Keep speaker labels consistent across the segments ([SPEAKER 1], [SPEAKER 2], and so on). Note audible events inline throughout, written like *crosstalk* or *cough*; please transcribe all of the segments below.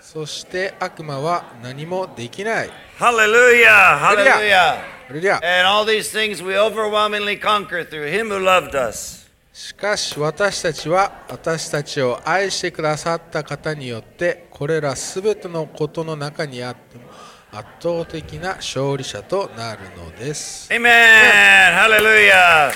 [SPEAKER 1] そして悪魔は何もできない。
[SPEAKER 2] Hallelujah! Hallelujah!
[SPEAKER 1] ハレルヤ
[SPEAKER 2] And all these things we overwhelmingly conquer through him who loved us.
[SPEAKER 1] しかし私たちは私たちを愛してくださった方によってこれらすべてのことの中にあっても圧倒的な勝利者となるのです。
[SPEAKER 2] Amen! Hallelujah!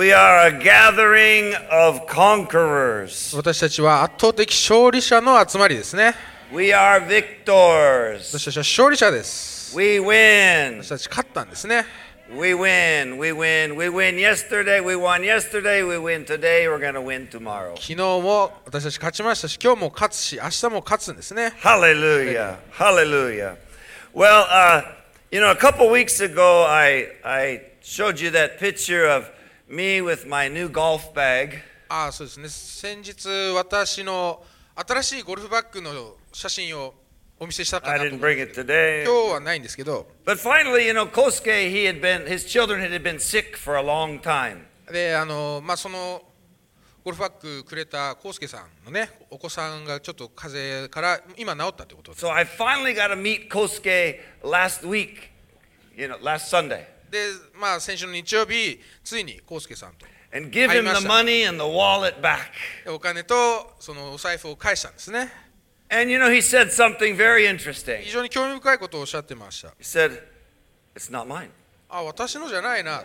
[SPEAKER 2] We are a gathering of conquerors.
[SPEAKER 1] 私たちは圧倒的勝利者の集まりですね。
[SPEAKER 2] We are victors.
[SPEAKER 1] 私たちは勝利者です。
[SPEAKER 2] We win.
[SPEAKER 1] 私たち勝ったんですね。
[SPEAKER 2] We win. We win. We win yesterday. We won yesterday. We win today. We're going to win tomorrow.
[SPEAKER 1] 昨日も私たち勝ちましたし、今日も勝つし、明日も勝つんですね。
[SPEAKER 2] Hallelujah. Hallelujah. Well, uh, you know, a couple weeks ago, I, I showed you that picture of me with my new golf bag.
[SPEAKER 1] ああ、そうですね。先日私の新しいゴルフバッグの写真をお見せしたか
[SPEAKER 2] I
[SPEAKER 1] な
[SPEAKER 2] didn't
[SPEAKER 1] と思うんです
[SPEAKER 2] bring
[SPEAKER 1] け
[SPEAKER 2] it
[SPEAKER 1] ど
[SPEAKER 2] today.
[SPEAKER 1] 今日はないんですけど、
[SPEAKER 2] But finally, you know, Kosuke, he had been, his children had been sick for a long time.
[SPEAKER 1] であのまあ、そのゴルフバッグくれた康介さんのね、お子さんがちょっと風邪から今治ったってこと
[SPEAKER 2] So I finally got to meet Kosuke last week, you know, last Sunday.
[SPEAKER 1] で、まあ、先週の日曜日、ついに康介さんと
[SPEAKER 2] and give him the
[SPEAKER 1] Aimasa.
[SPEAKER 2] money and the wallet back.
[SPEAKER 1] でお金とそのお財布を返したんですね、
[SPEAKER 2] And you know, he said something very interesting.
[SPEAKER 1] 非常に興味深いことをおっしゃってました、
[SPEAKER 2] He said, It's not mine.
[SPEAKER 1] あ私のじゃないな、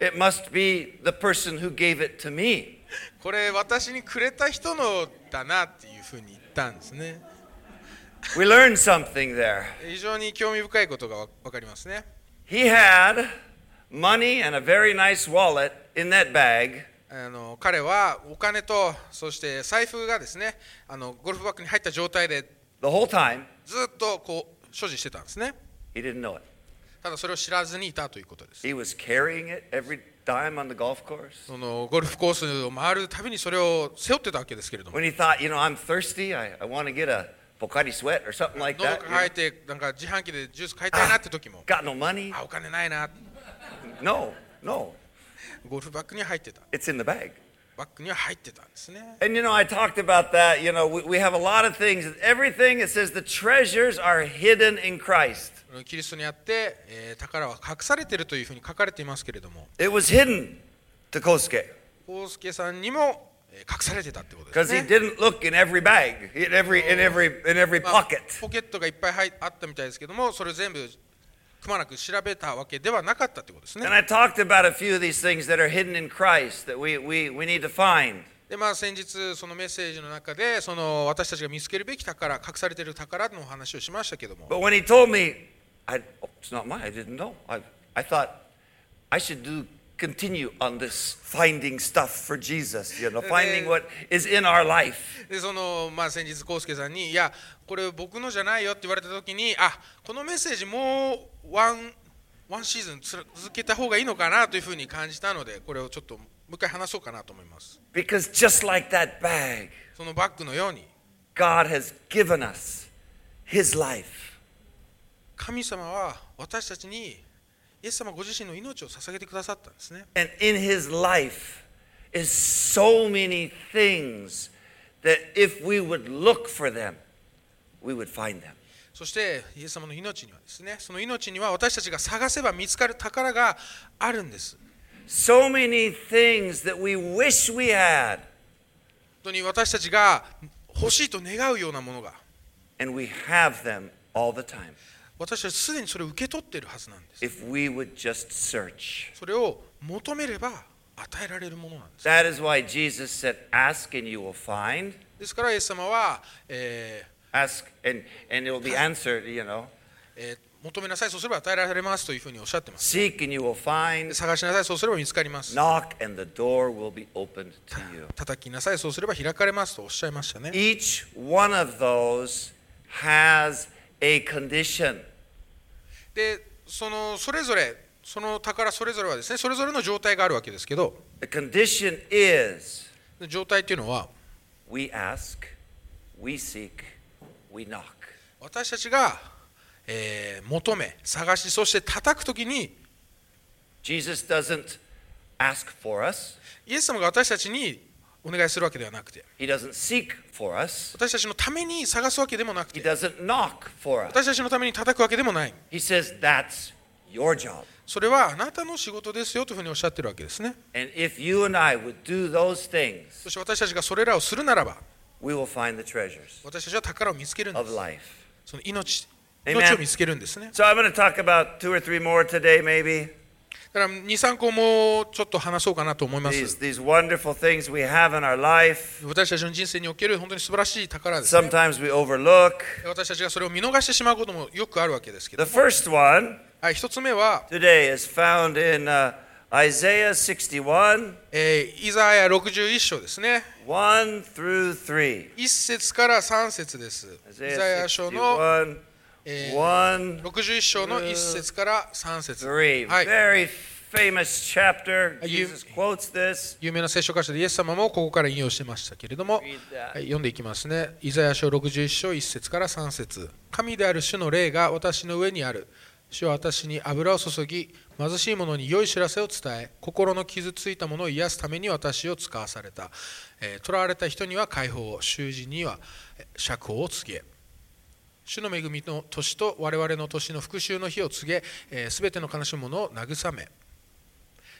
[SPEAKER 2] It must be the person who gave it to me.
[SPEAKER 1] これ、私にくれた人のだなっていうふうに言ったんですね、
[SPEAKER 2] We learned something there.
[SPEAKER 1] 非常に興味深いことがわ分かりますね、
[SPEAKER 2] He had money and a very nice wallet in that bag,
[SPEAKER 1] あの彼はお金と、そして財布がですねあの、ゴルフバッグに入った状態で
[SPEAKER 2] the whole time.
[SPEAKER 1] ずっとこう所持してたんですね。
[SPEAKER 2] He didn't know it.
[SPEAKER 1] ただそれを知らずにいたということです。
[SPEAKER 2] He was carrying it every time on the golf course.
[SPEAKER 1] そのゴルフコースを回るたびにそれを背負ってたわけですけれども、
[SPEAKER 2] When he thought, you know, I'm thirsty, I, I want to get a Pocari sweat or something like
[SPEAKER 1] 喉が
[SPEAKER 2] that. you
[SPEAKER 1] 渇
[SPEAKER 2] know.
[SPEAKER 1] いて、なんか自販機でジュース買いたいなって時も、
[SPEAKER 2] Got no money?
[SPEAKER 1] あ、お金ないな、
[SPEAKER 2] No, no.
[SPEAKER 1] ゴルフバッグには入ってた、
[SPEAKER 2] It's in the bag.
[SPEAKER 1] バッグには入ってたんですね。
[SPEAKER 2] And you know, I talked about that. You know, we, we have a lot of things. Everything, it says the treasures are hidden in Christ.
[SPEAKER 1] キリストにあって、えー宝は隠されているというふうに書かれていますけれども、
[SPEAKER 2] It was hidden to Kosuke
[SPEAKER 1] 康介さんにも、えー隠されてたってことで
[SPEAKER 2] because
[SPEAKER 1] す
[SPEAKER 2] he
[SPEAKER 1] ね。
[SPEAKER 2] didn't look in every bag, in every, in every, in every
[SPEAKER 1] まあ
[SPEAKER 2] pocket.
[SPEAKER 1] ポケットがいっぱい入っあったみたいですけども、それ全部くまなく調べたわけではなかったってことですね
[SPEAKER 2] And。I talked about a few of these things that are hidden in Christ that we, we, we need to find.
[SPEAKER 1] でまあ、先日、そのメッセージの中でその私たちが見つけるべき宝、隠されている宝のお話をしましたけども、
[SPEAKER 2] But when he told me, I, oh, it's not mine, I didn't know. I, I thought I should do continue on this finding stuff for Jesus, you know, finding what is in our life.
[SPEAKER 1] でそのまあ、先日、康介さんに、いや、これ僕のじゃないよって言われたときに、あこのメッセージ、もうワンワンシーズンつら続けた方がいいのかなというふうに感じたので、これをちょっともう一回話そうかなと思います。
[SPEAKER 2] Because just like that bag,
[SPEAKER 1] そのバッグのように、
[SPEAKER 2] God has given us His life.
[SPEAKER 1] 神様は私たちに、イエス様ご自身の命を捧げてくださったんですね。
[SPEAKER 2] And in His life is so many things that if we would look for them, we would find them.
[SPEAKER 1] そしてイエス様の命にはですねその命には私たちが探せば見つかる宝があるんです
[SPEAKER 2] So many things that we wish we had
[SPEAKER 1] 本当に私たちが欲しいと願うようなものが
[SPEAKER 2] and we have them all the time
[SPEAKER 1] 私たちすでにそれを受け取っているはずなんです
[SPEAKER 2] if we would just search.
[SPEAKER 1] それを求めれば与えられるものなんです
[SPEAKER 2] That is why Jesus said, Ask and you will find,
[SPEAKER 1] ですからイエス様は、え
[SPEAKER 2] ask and, and it will be answered, you know.
[SPEAKER 1] ーえー求めなさいそうすれば与えられますというふうにおっしゃってます
[SPEAKER 2] Seek and you will
[SPEAKER 1] で
[SPEAKER 2] find.
[SPEAKER 1] 探しなさいそうすれば見つかります
[SPEAKER 2] Knock and the door will be opened to you.
[SPEAKER 1] 叩きなさいそうすれば開かれますとおっしゃいましたね
[SPEAKER 2] Each one of those has a condition.
[SPEAKER 1] でそのそれぞれその宝それぞれはですねそれぞれの状態があるわけですけど
[SPEAKER 2] The condition is
[SPEAKER 1] 状態っていうのは
[SPEAKER 2] we ask, we seek, we knock.
[SPEAKER 1] 私たちが、えー求め探しそして叩く時に
[SPEAKER 2] Jesus doesn't ask for us,
[SPEAKER 1] イエス様が私たちにお願いするわけではなくて
[SPEAKER 2] he doesn't seek for us,
[SPEAKER 1] 私たちのために探すわけでもなく
[SPEAKER 2] he
[SPEAKER 1] て
[SPEAKER 2] doesn't knock for us.
[SPEAKER 1] 私たちのために叩くわけでもない
[SPEAKER 2] He says that's your job.
[SPEAKER 1] それはあなたの仕事ですよというふうにおっしゃってるわけですね
[SPEAKER 2] And if you and I would do those things,
[SPEAKER 1] そして私たちがそれらをするならば
[SPEAKER 2] we will find the treasures
[SPEAKER 1] 私たちは宝を見つけるんで
[SPEAKER 2] of
[SPEAKER 1] す
[SPEAKER 2] life.
[SPEAKER 1] その命
[SPEAKER 2] Amen
[SPEAKER 1] 命を見つけるんですね
[SPEAKER 2] So I'm going to talk about two or three more today, maybe.
[SPEAKER 1] だから23個もちょっと話そうかなと思いま
[SPEAKER 2] These,
[SPEAKER 1] す
[SPEAKER 2] these wonderful things we have in our life.
[SPEAKER 1] 私たちの人生における本当に素晴らしい宝です、ね、
[SPEAKER 2] Sometimes we overlook.
[SPEAKER 1] 私たちがそれを見逃してしまうこともよくあるわけですけど
[SPEAKER 2] The first one
[SPEAKER 1] はい、一つ目は、
[SPEAKER 2] today is found in uh, Isaiah 61
[SPEAKER 1] えーイザヤ61章ですね
[SPEAKER 2] 1 through 3.
[SPEAKER 1] 1節から3節ですイザ
[SPEAKER 2] Isaiah
[SPEAKER 1] ヤ書の、
[SPEAKER 2] 61
[SPEAKER 1] えー
[SPEAKER 2] 1
[SPEAKER 1] 61章の1節から3節
[SPEAKER 2] three.
[SPEAKER 1] はい、
[SPEAKER 2] Very famous chapter.
[SPEAKER 1] Are you-
[SPEAKER 2] Jesus quotes this.
[SPEAKER 1] 有名な聖書箇所でイエス様もここから引用してましたけれども、はい
[SPEAKER 2] Read that.、
[SPEAKER 1] 読んでいきますねイザヤ書61章1節から3節神である主の霊が私の上にある主は私に油を注ぎ貧しい者に良い知らせを伝え心の傷ついた者を癒すために私を使わされたえー囚われた人には解放を囚人にはえー釈放を告げ主の恵みの年と我々の年の復讐の日を告げすべての悲しむ者を慰め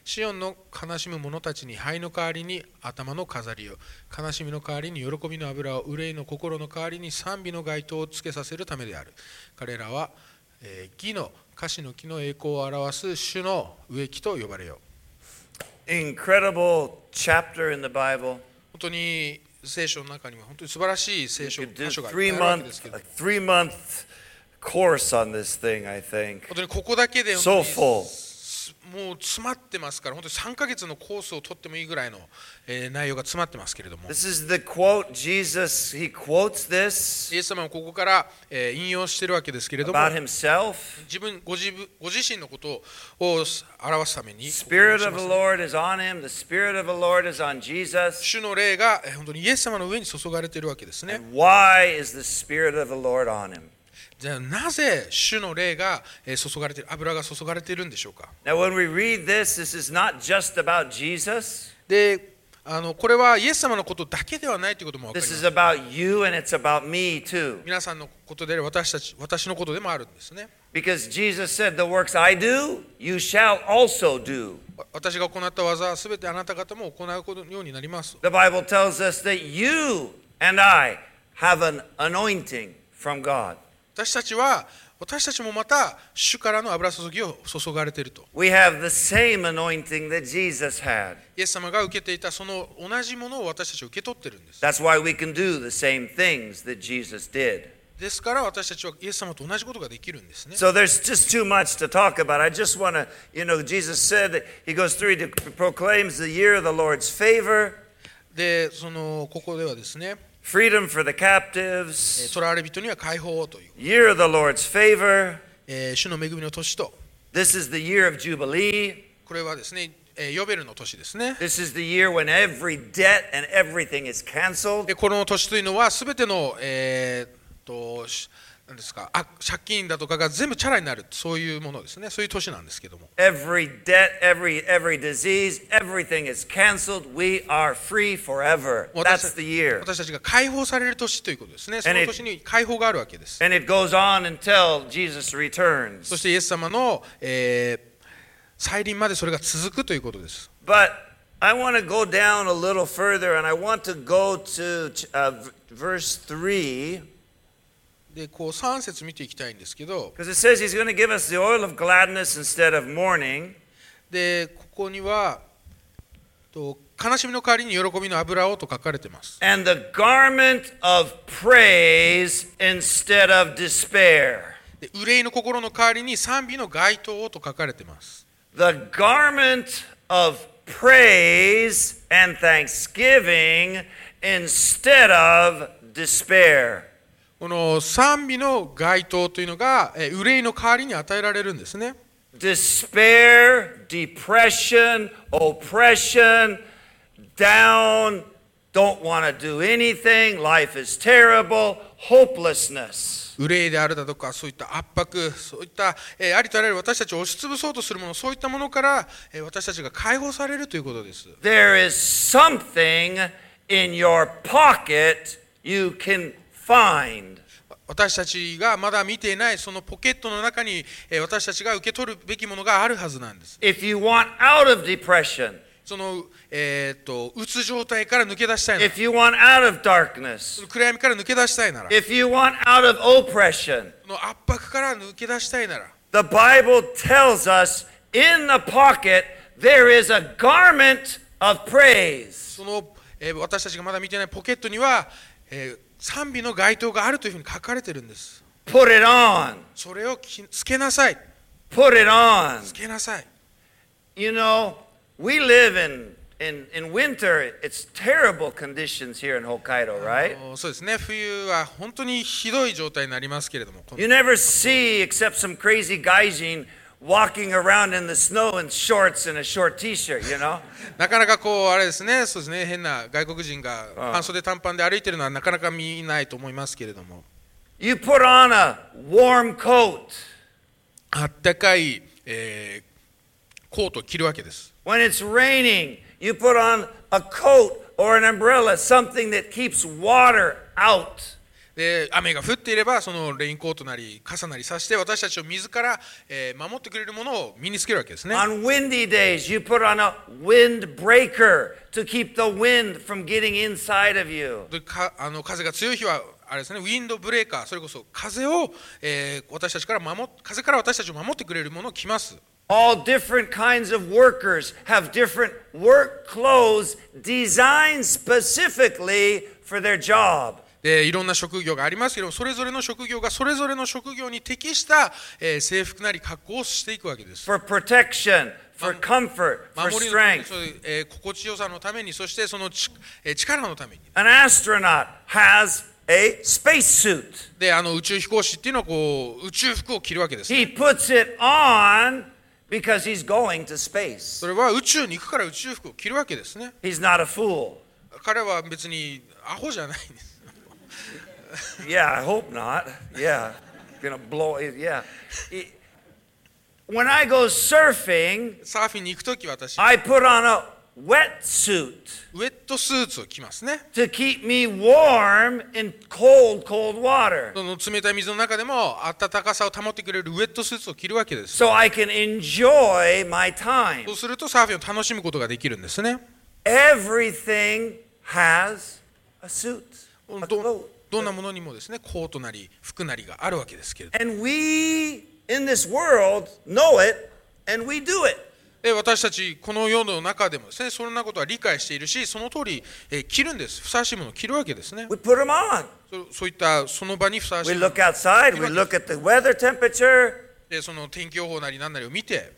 [SPEAKER 1] シオンの悲しむ者たちに灰の代わりに頭の飾りを悲しみの代わりに喜びの油を憂いの心の代わりに賛美の街灯をつけさせるためである彼らは、えー義の歌詞の木の栄光を表す主の植木と呼ばれよう
[SPEAKER 2] Incredible chapter in the Bible.
[SPEAKER 1] 本当に聖書の中には本当に素晴らしい聖
[SPEAKER 2] You
[SPEAKER 1] 書
[SPEAKER 2] could do
[SPEAKER 1] 箇所がいっぱい
[SPEAKER 2] three
[SPEAKER 1] あるわけで
[SPEAKER 2] month,
[SPEAKER 1] すけど
[SPEAKER 2] a three month course on this thing, I think.
[SPEAKER 1] 本当にここだけで
[SPEAKER 2] So
[SPEAKER 1] 本
[SPEAKER 2] full.
[SPEAKER 1] 当にもう詰まってますから本当に3ヶ月のコースを取ってもいいぐらいの、えー内容が詰まってますけれども
[SPEAKER 2] This is the quote Jesus, he quotes this
[SPEAKER 1] イエス様もここから、えー引用してるわけですけれども
[SPEAKER 2] about himself.
[SPEAKER 1] 自分ご自分ご自身のことをす表すために
[SPEAKER 2] Spirit of the
[SPEAKER 1] ここにします
[SPEAKER 2] Lord is on him. The Spirit of the Lord is on Jesus.
[SPEAKER 1] 主の霊がえー本当にイエス様の上に注がれているわけですね
[SPEAKER 2] And why is the Spirit of the Lord on him?
[SPEAKER 1] じゃあなぜ主の霊がえー注がれている油が注がれているんでしょうか
[SPEAKER 2] Now, when we read this, this is not just about Jesus.
[SPEAKER 1] であのこれはイエス様のことだけではないということも分かり
[SPEAKER 2] This
[SPEAKER 1] ま
[SPEAKER 2] is
[SPEAKER 1] す
[SPEAKER 2] about you and it's about me too.
[SPEAKER 1] 皆さんのことであれ私たち私のことでもあるんですね
[SPEAKER 2] Because Jesus said, The works I do, you shall also do.
[SPEAKER 1] わ私が行った技は全てあなた方も行うことようになります
[SPEAKER 2] The Bible tells us that you and I have an anointing from God.
[SPEAKER 1] 私たちは私たちもまた主からの油注ぎを注がれていると
[SPEAKER 2] We have the same anointing that Jesus had.
[SPEAKER 1] イエス様が受けていたその同じものを私たちは受け取ってるんです
[SPEAKER 2] That's why we can do the same things that Jesus did.
[SPEAKER 1] ですから私たちはイエス様と同じことができるんですね
[SPEAKER 2] So there's just too much to talk about. I just want to, you know, Jesus said that he goes through, he proclaims the year of the Lord's favor,
[SPEAKER 1] でそのここではですね
[SPEAKER 2] freedom for the
[SPEAKER 1] えー
[SPEAKER 2] captives,
[SPEAKER 1] 囚われ人には解放をという、
[SPEAKER 2] year of the Lord's favor.
[SPEAKER 1] えー主の恵みの年と
[SPEAKER 2] This is the year of Jubilee.
[SPEAKER 1] これはですね、えーヨベルの年ですね
[SPEAKER 2] This is the year when every debt and everything is canceled.
[SPEAKER 1] でこの年というのは全ての、えー、としなんですかあ借金だとかが全部チャラになるそういうものですねそういう年なんですけども
[SPEAKER 2] Every debt, every every disease, everything is canceled. We are free forever.
[SPEAKER 1] 私
[SPEAKER 2] That's the year.
[SPEAKER 1] 私たちが解放される年ということですねそ
[SPEAKER 2] And
[SPEAKER 1] の
[SPEAKER 2] it-
[SPEAKER 1] 年に解放があるわけです
[SPEAKER 2] And it goes on until Jesus returns.
[SPEAKER 1] そしてイエス様の、えー再臨までそれが続くということです
[SPEAKER 2] But I want to go down a little further and I want to go to uh, v- verse 3
[SPEAKER 1] でこう3節見ていきたいんですけど
[SPEAKER 2] because it says he's going to give us the oil of gladness instead of mourning.
[SPEAKER 1] でここにはと悲しみの代わりに喜びの油をと書かれてます。
[SPEAKER 2] and the garment of praise instead of despair.
[SPEAKER 1] で憂いの心の代わりに賛美の街灯をと書かれてます。
[SPEAKER 2] The garment of praise and thanksgiving instead of despair.
[SPEAKER 1] この賛美の街灯というのが、えー憂いの代わりに与えられるんですね。
[SPEAKER 2] Despair, depression, oppression, down, don't want to do anything, life is terrible, hopelessness.
[SPEAKER 1] 憂いであるだとか、そういった圧迫、そういった、えーありとあらゆる私たちを押しつぶそうとするもの、そういったものから、えー私たちが解放されるということです。
[SPEAKER 2] There is something in your pocket you can find.
[SPEAKER 1] 私たちがまだ見ていないそのポケットの中にえー私たちが受け取るべきものがあるはずなんです。
[SPEAKER 2] If you want out of depression,
[SPEAKER 1] その、えーっと、うつ状態から抜け出したいなら
[SPEAKER 2] if、you want out of darkness,
[SPEAKER 1] 暗闇から抜け出したいなら、
[SPEAKER 2] if you want out of oppression,
[SPEAKER 1] その圧迫から抜け出したいなら、
[SPEAKER 2] the Bible tells us in the pocket there is a garment of praise.
[SPEAKER 1] その、えー私たちがまだ見てないポケットには、えー賛美の街灯があるというふうに書かれてるんです。
[SPEAKER 2] Put it on.
[SPEAKER 1] それをきつけなさい、
[SPEAKER 2] Put it on.
[SPEAKER 1] つけなさい。
[SPEAKER 2] You know, we live in, in, in winter. It's terrible conditions here in Hokkaido, right?
[SPEAKER 1] おそうですね、冬は本当にひどい状態になりますけれども、この
[SPEAKER 2] You never see, except some crazy gaijin walking around in the snow in shorts and a short t shirt, you know?
[SPEAKER 1] なかなかこう、あれですね、そうですね、変な外国人が半袖短パンで歩いてるのはなかなか見ないと思いますけれども、
[SPEAKER 2] you put on a warm coat.
[SPEAKER 1] あったかい、えーコートを着るわけです。
[SPEAKER 2] When it's raining, you put on a coat or an umbrella, something that keeps water out.
[SPEAKER 1] で雨が降っていればそのレインコートなり傘なりさして私たちを自ら、えー守ってくれるものを身につけるわけですね
[SPEAKER 2] On windy days, you put on a windbreaker to keep the wind from getting inside of you.
[SPEAKER 1] でかあの風が強い日はあれですねウィンドブレーカーそれこそ風を、えー私たちから守っ風から私たちを守ってくれるものを着ます
[SPEAKER 2] All different kinds of workers have different work clothes designed specifically for their job.
[SPEAKER 1] でいろんな職業がありますけどもそれぞれの職業がそれぞれの職業に適した、えー制服なり格好をしていくわけです
[SPEAKER 2] for protection, for
[SPEAKER 1] Mam-
[SPEAKER 2] comfort, for
[SPEAKER 1] 守りのために
[SPEAKER 2] strength.
[SPEAKER 1] そういうえー心地よさのためにそしてそのち、えー力のために
[SPEAKER 2] An astronaut has a spacesuit.
[SPEAKER 1] であの宇宙飛行士っていうのはこう宇宙服を着るわけです
[SPEAKER 2] He puts it on because he's going to space.
[SPEAKER 1] それは宇宙に行くから宇宙服を着るわけですね。
[SPEAKER 2] He's not a fool.
[SPEAKER 1] 彼は別にアホじゃないんです。
[SPEAKER 2] Yeah, I hope not. Yeah, gonna blow it. Yeah. He- When I go surfing,
[SPEAKER 1] サーフィンに行くとき私、ウ
[SPEAKER 2] I put on a wetsuit
[SPEAKER 1] ェットスーツを着ますね。
[SPEAKER 2] to keep me warm in cold, cold water
[SPEAKER 1] その冷たい水の中でも暖かさを保ってくれるウェットスーツを着るわけです。
[SPEAKER 2] so I can enjoy my time.
[SPEAKER 1] そうするとサーフィンを楽しむことができるんですね。
[SPEAKER 2] Everything has a suit, a
[SPEAKER 1] ど
[SPEAKER 2] coat.
[SPEAKER 1] どんなものにもですね、コートなり服なりがあるわけですけれど。
[SPEAKER 2] And we in this world know it and we do it.
[SPEAKER 1] で私たちこの世の中でもですね、そんなことは理解しているし、その通り、えー着るんです。ふさわしいものを着るわけですね。
[SPEAKER 2] We put them on.
[SPEAKER 1] そそういったその場にふさわしい
[SPEAKER 2] We look outside, we look at the weather temperature.
[SPEAKER 1] でその天気予報なり何なりを見て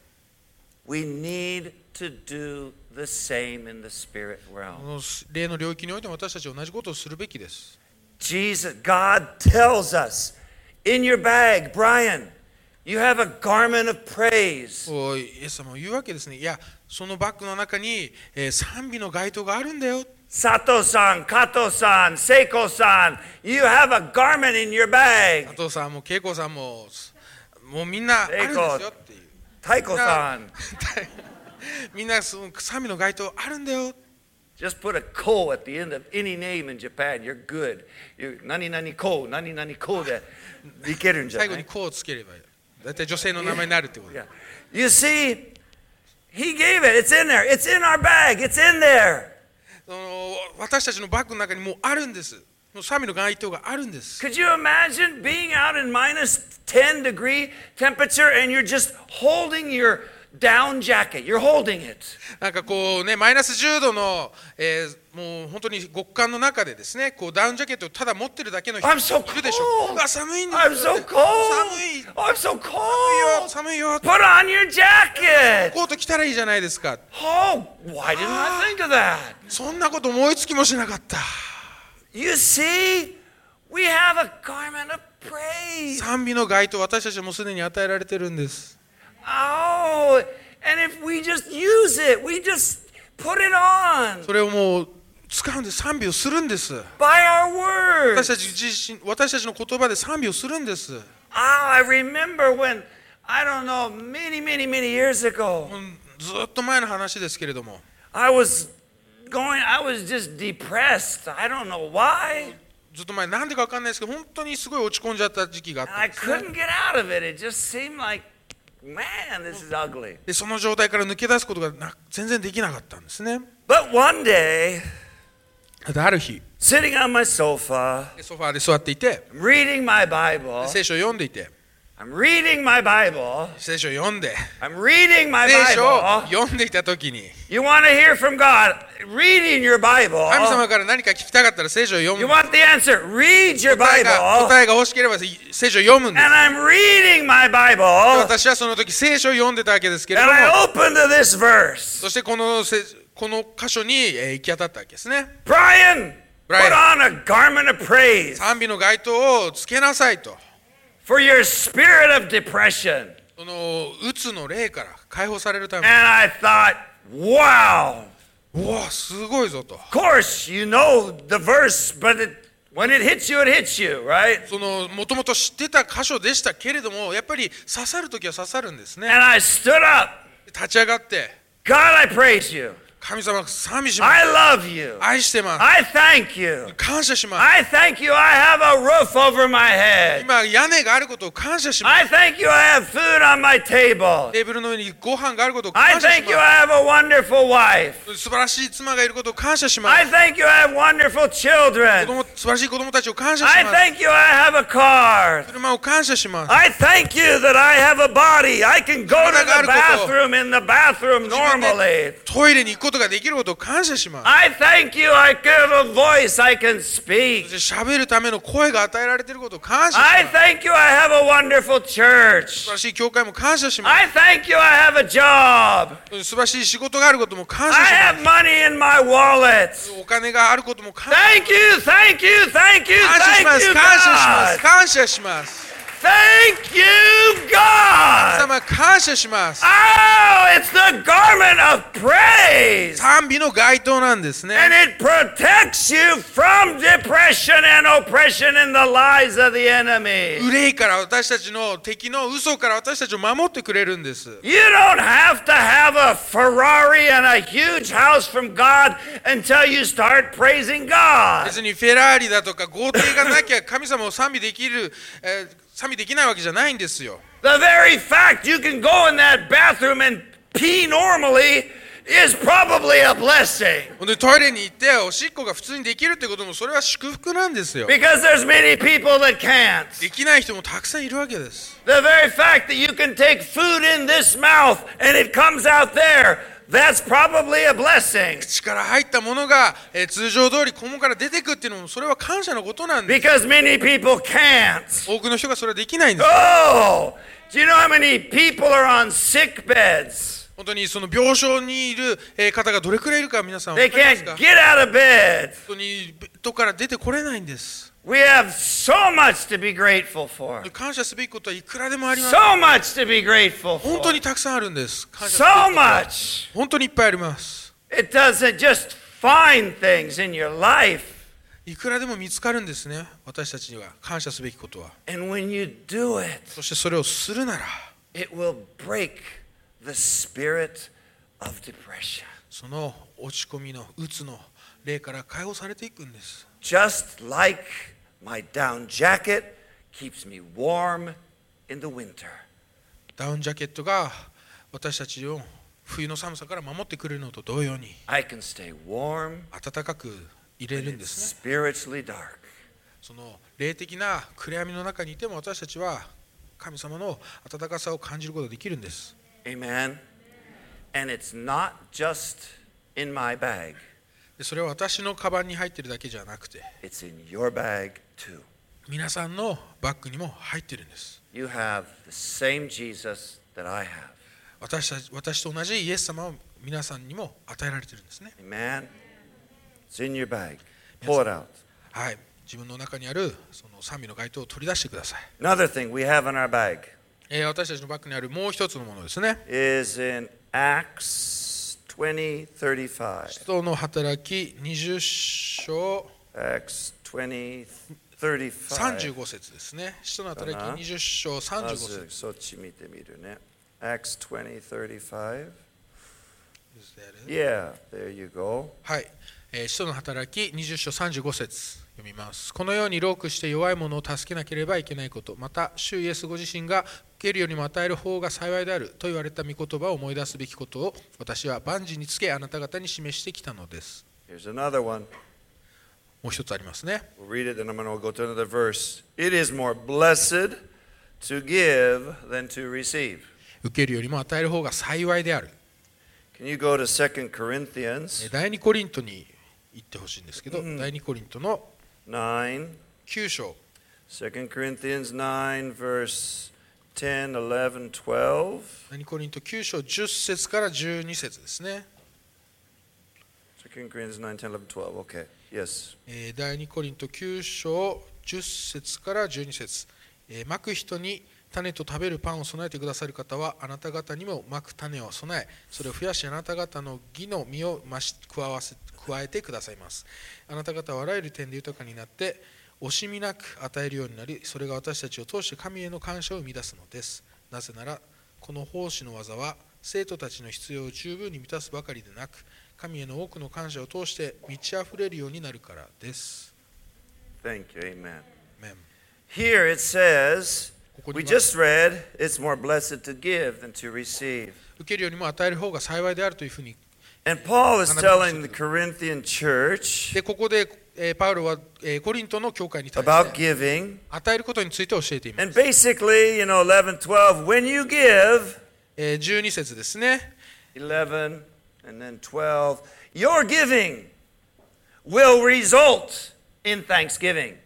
[SPEAKER 2] We need to do the same in the spirit
[SPEAKER 1] こ
[SPEAKER 2] realm.
[SPEAKER 1] の霊の領域においても私たちは同じことをするべきです。
[SPEAKER 2] Jesus, God tells us in your bag, Brian, you have a garment of praise.
[SPEAKER 1] こうイエス様は言うわけですね。いや、そのバッグの中に、えー賛美の街灯があるんだよ。
[SPEAKER 2] Sato san, Kato san, Seiko san, you have a garment in your bag.
[SPEAKER 1] 加藤さんも恵子さんも、もうみんなあるんですよっていう。 *laughs*
[SPEAKER 2] Taiko san,
[SPEAKER 1] みんなその賛美の街灯あるんだよ。
[SPEAKER 2] just put a ko at the end of any name in Japan. You're good. You nani nani ko, nani nani ko de.
[SPEAKER 1] 最後に
[SPEAKER 2] いけるんじゃない？
[SPEAKER 1] こうつければいい。大体女性の名前になるってこと。
[SPEAKER 2] Yeah. You see, he gave it. It's in there. It's in our bag. It's in there.
[SPEAKER 1] その私たちのバッグの中にもうあるんです。もう賛美の街灯があるんです。
[SPEAKER 2] Could you imagine being out in minus 10 degree temperature and you're just holding your down jacket? You're holding it.
[SPEAKER 1] なんかこうね、マイナス10度の、えーもう本当に極寒の中でですね、こうダウンジャケットをただ持ってるだけの人
[SPEAKER 2] I'm so
[SPEAKER 1] いるでしょ
[SPEAKER 2] cold.
[SPEAKER 1] うわ、寒いんだ
[SPEAKER 2] I'm so
[SPEAKER 1] *laughs* 寒
[SPEAKER 2] cold.
[SPEAKER 1] い
[SPEAKER 2] I'm so
[SPEAKER 1] よ、
[SPEAKER 2] cold.
[SPEAKER 1] 寒いよ、
[SPEAKER 2] Put on your jacket.
[SPEAKER 1] コート着たらいいじゃないですか。
[SPEAKER 2] Oh, why didn't I think of that?
[SPEAKER 1] そんなこと思いつきもしなかった。
[SPEAKER 2] You see, We have a garment of praise.
[SPEAKER 1] 賛美の街灯私たちはもうすでに与えられてるんです
[SPEAKER 2] Oh, and if we just use it, we just put it on
[SPEAKER 1] それをもう使うんです賛美をするんです
[SPEAKER 2] by our word.
[SPEAKER 1] 私たち自身私たちの言葉で賛美をするんです
[SPEAKER 2] Ah, I remember when, I don't know, many, many, many years ago,
[SPEAKER 1] うんずっと前の話ですけれども
[SPEAKER 2] I was going, I was just depressed. I don't know why.
[SPEAKER 1] ずっと前なんでか分かんないですけど本当にすごい落ち込んじゃった時期があっ
[SPEAKER 2] And I
[SPEAKER 1] たんです、
[SPEAKER 2] couldn't
[SPEAKER 1] ね、
[SPEAKER 2] get out of it. It just seemed like, man, this is ugly.
[SPEAKER 1] でその状態から抜け出すことがな全然できなかったんですね
[SPEAKER 2] But one day,
[SPEAKER 1] だってある日
[SPEAKER 2] sitting on my sofa,
[SPEAKER 1] ソファーで座っていて
[SPEAKER 2] I'm reading my Bible.
[SPEAKER 1] 聖書を読んでいて
[SPEAKER 2] I'm reading my Bible.
[SPEAKER 1] 聖書を読んで
[SPEAKER 2] I'm reading my
[SPEAKER 1] 聖書を
[SPEAKER 2] Bible.
[SPEAKER 1] 読んでいた時に
[SPEAKER 2] You want to hear from God? Reading your Bible.
[SPEAKER 1] 神様から何か聞きたかったら聖書を読
[SPEAKER 2] You
[SPEAKER 1] む
[SPEAKER 2] want the answer? Read your
[SPEAKER 1] 答えが
[SPEAKER 2] Bible.
[SPEAKER 1] 答えが欲しければ聖書を読むんです
[SPEAKER 2] And I'm reading my Bible.
[SPEAKER 1] 私はその時聖書を読んでたわけですけれ
[SPEAKER 2] And
[SPEAKER 1] ども
[SPEAKER 2] I open to this verse.
[SPEAKER 1] そしてこのせこの箇所にえー行き当たったわけですね
[SPEAKER 2] Brian, put
[SPEAKER 1] Brian.
[SPEAKER 2] on a garment of praise
[SPEAKER 1] 賛美の街灯をつけなさいと
[SPEAKER 2] for your spirit of depression.
[SPEAKER 1] その鬱の霊から解放されるため
[SPEAKER 2] And I thought, wow,
[SPEAKER 1] にうわすごいぞと
[SPEAKER 2] of course you know the verse, but it, when it hits you, it hits you, right?
[SPEAKER 1] そのもともと知ってた箇所でしたけれどもやっぱり刺さる時は刺さるんですね
[SPEAKER 2] And I stood up.
[SPEAKER 1] 立ち上がって
[SPEAKER 2] God, I praise you.
[SPEAKER 1] 神様賛美します
[SPEAKER 2] I love you.
[SPEAKER 1] 愛してます
[SPEAKER 2] I thank you.
[SPEAKER 1] 感謝します
[SPEAKER 2] I thank you. I have a roof over my head.
[SPEAKER 1] 今屋根があることを感謝します
[SPEAKER 2] I thank you. I have food on my table.
[SPEAKER 1] テーブルの上にご飯があることを
[SPEAKER 2] I
[SPEAKER 1] 感謝し
[SPEAKER 2] thank you.
[SPEAKER 1] ま
[SPEAKER 2] I have a wonderful wife.
[SPEAKER 1] す素晴らしい妻がいることを感謝しま
[SPEAKER 2] I
[SPEAKER 1] す
[SPEAKER 2] thank you. I have wonderful
[SPEAKER 1] 子
[SPEAKER 2] children.
[SPEAKER 1] 供素晴らしい子供たちを感謝し
[SPEAKER 2] I
[SPEAKER 1] ます
[SPEAKER 2] thank you. I have a car.
[SPEAKER 1] 車を感謝します
[SPEAKER 2] I thank you that I have a body. I can go to the bathroom in the bathroom normally.
[SPEAKER 1] トイレに行くことができることを感謝します
[SPEAKER 2] I thank you. I have a voice. I can speak.
[SPEAKER 1] そして喋るための声が与えられていることを感謝し
[SPEAKER 2] I
[SPEAKER 1] ます
[SPEAKER 2] thank you. I have a wonderful
[SPEAKER 1] 素
[SPEAKER 2] church.
[SPEAKER 1] 晴らしい教会も感謝します
[SPEAKER 2] I thank you. I have a job.
[SPEAKER 1] 素晴らしい仕事があることも感
[SPEAKER 2] I
[SPEAKER 1] 謝しま
[SPEAKER 2] have money in my wallet.
[SPEAKER 1] すお金があることも感謝
[SPEAKER 2] Thank you. Thank you. Thank you.
[SPEAKER 1] 感謝
[SPEAKER 2] Thank
[SPEAKER 1] します
[SPEAKER 2] you,
[SPEAKER 1] 感謝します
[SPEAKER 2] God.
[SPEAKER 1] 感謝します
[SPEAKER 2] Thank you,
[SPEAKER 1] 神
[SPEAKER 2] God.
[SPEAKER 1] 様感謝します
[SPEAKER 2] Oh, it's the garment of praise.
[SPEAKER 1] 賛美の街灯なんですね
[SPEAKER 2] And it protects you from depression and oppression and the lies of the enemy.
[SPEAKER 1] 憂いから私たちの敵の嘘から私たちを守ってくれるんです
[SPEAKER 2] You don't have to have a Ferrari and a huge house from God until you start praising God.
[SPEAKER 1] 別にフェラーリだとか豪邸がなきゃ *laughs* 神様を賛美できる、えー賛美できないわけじゃないんですよ
[SPEAKER 2] The very fact you can go in that bathroom and pee normally is probably a blessing
[SPEAKER 1] ほんでトイレに行っておしっこが普通にできるってこともそれは祝福なんですよ
[SPEAKER 2] because there's many people that can't.
[SPEAKER 1] できない人もたくさんいるわけです
[SPEAKER 2] The very fact that you can take food in this mouth and it comes out there, that's probably a blessing
[SPEAKER 1] 力入ったものが、えー通常通り肛門から出てくっていうのもそれは感謝のことなんです
[SPEAKER 2] because many people can't.
[SPEAKER 1] 多くの人がそれはできないんです
[SPEAKER 2] Oh, do you know how many people are on sick beds?
[SPEAKER 1] 本当にその病床にいるえー方がどれくらいいるか皆さん
[SPEAKER 2] They
[SPEAKER 1] 分かります
[SPEAKER 2] can't
[SPEAKER 1] か
[SPEAKER 2] get out of bed.
[SPEAKER 1] 本当にベッドから出てこれないんです
[SPEAKER 2] We have so much to be grateful for.
[SPEAKER 1] 感謝すべきことはいくらでもあります
[SPEAKER 2] So much to be grateful
[SPEAKER 1] 本
[SPEAKER 2] for.
[SPEAKER 1] 当にたくさんあるんです感謝すべきこと
[SPEAKER 2] So much.
[SPEAKER 1] 本当にいっぱいあります
[SPEAKER 2] It doesn't just find things in your life.
[SPEAKER 1] いくらでも見つかるんですね私たちには感謝すべきことは
[SPEAKER 2] And when you do it,
[SPEAKER 1] そしてそれをするなら
[SPEAKER 2] it will break the spirit of depression.
[SPEAKER 1] その落ち込みの鬱の霊から解放されていくんです
[SPEAKER 2] Just like my down jacket keeps me warm in the winter.
[SPEAKER 1] ダウンジャケットが私たちを冬の寒さから守ってくれるのと同様に
[SPEAKER 2] I can stay warm
[SPEAKER 1] 暖かく入れ
[SPEAKER 2] when
[SPEAKER 1] るんで
[SPEAKER 2] it's
[SPEAKER 1] すね
[SPEAKER 2] spiritually dark.
[SPEAKER 1] その霊的な暗闇の中にいても私たちは神様の温かさを感じることができるんです
[SPEAKER 2] Amen. And it's not just in my bag,
[SPEAKER 1] でそれは私のカバンに入ってるだけじゃなくて
[SPEAKER 2] it's in your bag too.
[SPEAKER 1] 皆さんのバッグにも入ってるんです
[SPEAKER 2] You have the same Jesus that I have.
[SPEAKER 1] 私たち私と同じイエス様を皆さんにも与えられてるんですね
[SPEAKER 2] Amen. It's in your bag. Pull it out.
[SPEAKER 1] はい自分の中にあるその賛美の街灯を取り出してください、
[SPEAKER 2] Another thing we have in our bag
[SPEAKER 1] えー私たちのバッグにあるもう一つのものですね
[SPEAKER 2] is in Acts 20 35.
[SPEAKER 1] 使徒の働き20章
[SPEAKER 2] Acts 20 35.
[SPEAKER 1] 35節ですね使徒の働き20章35節
[SPEAKER 2] まずそっち見てみるね。Acts 20 35.
[SPEAKER 1] ですね
[SPEAKER 2] Yeah, there you go.
[SPEAKER 1] はい、えー使徒の働き20章35節読みますこのようにロークして弱い者を助けなければいけないことまた主イエスご自身が受けるよりも与える方が幸いであると言われた御言葉を思い出すべきことを私は万事につけあなた方に示してきたのです
[SPEAKER 2] Here's another one.
[SPEAKER 1] もう一つありますね
[SPEAKER 2] We'll read it, then I'm going to go to another verse. It is more blessed to give than to receive.
[SPEAKER 1] 受けるよりも与える方が幸いである
[SPEAKER 2] Can you go to 2
[SPEAKER 1] え
[SPEAKER 2] Corinthians
[SPEAKER 1] ー第2コリントに行ってほしいんですけど、
[SPEAKER 2] うん
[SPEAKER 1] 第2コリントの
[SPEAKER 2] 9?
[SPEAKER 1] 9章
[SPEAKER 2] 2 Corinthians 9, verse 10, 11, 12.
[SPEAKER 1] 第2コリント9章10節から12節ですね
[SPEAKER 2] 2 Corinthians 9, 10, 11, 12. Okay. Yes.
[SPEAKER 1] えー第2コリント9章10節から12節、えー、まく人に種と食べるパンを備えてくださる方はあなた方にもまく種を備えそれを増やしあなた方の義の実を増し加わせ加えてくださいますあなた方はあらゆる点で豊かになって惜しみなく与えるようになりそれが私たちを通して神への感謝を生み出すのですなぜならこの奉仕の技は生徒たちの必要を十分に満たすばかりでなく神への多くの感謝を通して満ち溢れるようになるからです。
[SPEAKER 2] Thank you. Amen.
[SPEAKER 1] アーメン
[SPEAKER 2] Here it says,
[SPEAKER 1] ここ
[SPEAKER 2] we
[SPEAKER 1] にま受
[SPEAKER 2] just read, it's more blessed to give than to receive.
[SPEAKER 1] けるよりも与える方が幸いであるというふうに。
[SPEAKER 2] And Paul is telling the Corinthian church
[SPEAKER 1] で、ここで、えーパウロは、えーコリントの教会に対し
[SPEAKER 2] about
[SPEAKER 1] て
[SPEAKER 2] giving.
[SPEAKER 1] 与えることについて教えています。
[SPEAKER 2] And basically, you know, 11, 12, when you give,
[SPEAKER 1] えー12節ですね。
[SPEAKER 2] 11 and then 12, your giving will result in thanksgiving.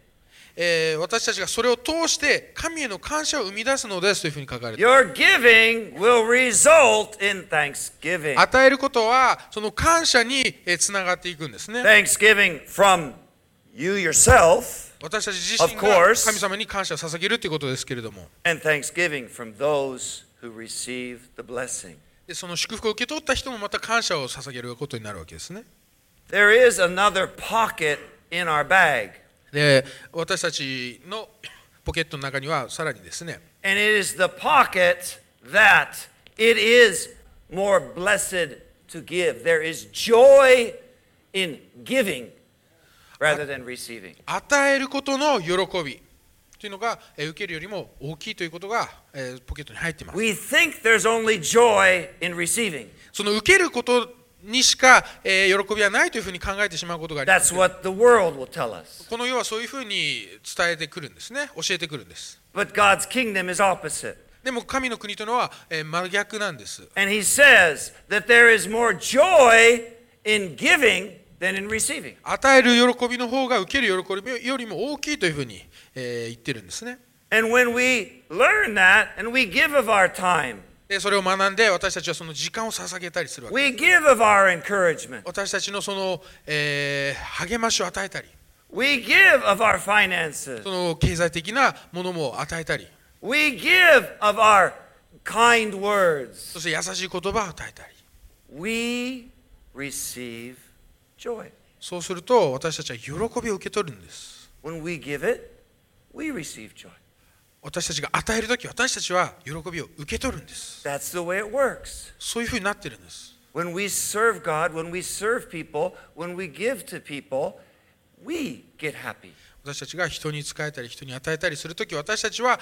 [SPEAKER 1] えー私たちがそれを通して神への感謝を生み出すのですというふうに書かれています
[SPEAKER 2] Your giving will result in thanksgiving.
[SPEAKER 1] 与えることはその感謝につながっていくんですね。
[SPEAKER 2] Thanksgiving from you yourself
[SPEAKER 1] 私たち自身
[SPEAKER 2] Of
[SPEAKER 1] が
[SPEAKER 2] course.
[SPEAKER 1] 神様に感謝を捧げるということですけれども、
[SPEAKER 2] and thanksgiving from those who receive the blessing.
[SPEAKER 1] でその祝福を受け取った人もまた感謝を捧げることになるわけですね。
[SPEAKER 2] There is another pocket in our bag,
[SPEAKER 1] で私たちのポケットの中にはさらにですね
[SPEAKER 2] and it is the pocket that it is more blessed to give. There is joy in giving rather than receiving.
[SPEAKER 1] 与えることの喜びというのがえー受けるよりも大きいということがえーポケットに入っています
[SPEAKER 2] We think there's only joy in receiving.
[SPEAKER 1] その受けることにしかえー喜びはないというふうに考えてしまうことがありま
[SPEAKER 2] That's
[SPEAKER 1] す
[SPEAKER 2] what the world will tell us.
[SPEAKER 1] この世はそういうふうに伝えてくるんですね教えてくるんです
[SPEAKER 2] But God's kingdom is opposite.
[SPEAKER 1] でも神の国というのはえー真逆なんです
[SPEAKER 2] And he says that there is more joy in giving than in receiving.
[SPEAKER 1] 与える喜びの方が受ける喜びよりも大きいというふうにえー言ってるんですね
[SPEAKER 2] And when we learn that and we give of our time,
[SPEAKER 1] でそれを学んで私たちはその時間を捧げたりするわけです
[SPEAKER 2] we give of our encouragement,
[SPEAKER 1] 私たちのその、えー励ましを与えたり
[SPEAKER 2] we give of our finances,
[SPEAKER 1] その経済的なものも与えたり
[SPEAKER 2] we give of our kind words,
[SPEAKER 1] そして優しい言葉を与えたり
[SPEAKER 2] we receive joy.
[SPEAKER 1] そうすると私たちは喜びを受け取るんです
[SPEAKER 2] When we give it, we receive joy.
[SPEAKER 1] 私たちが与える時私たちは喜びを受け取るんです
[SPEAKER 2] That's the way it works.
[SPEAKER 1] そういうふうになってるんです
[SPEAKER 2] When we serve God, when we serve people, when we give to people, we get happy.
[SPEAKER 1] 私たちが人に仕えたり人に与えたりする時私たちは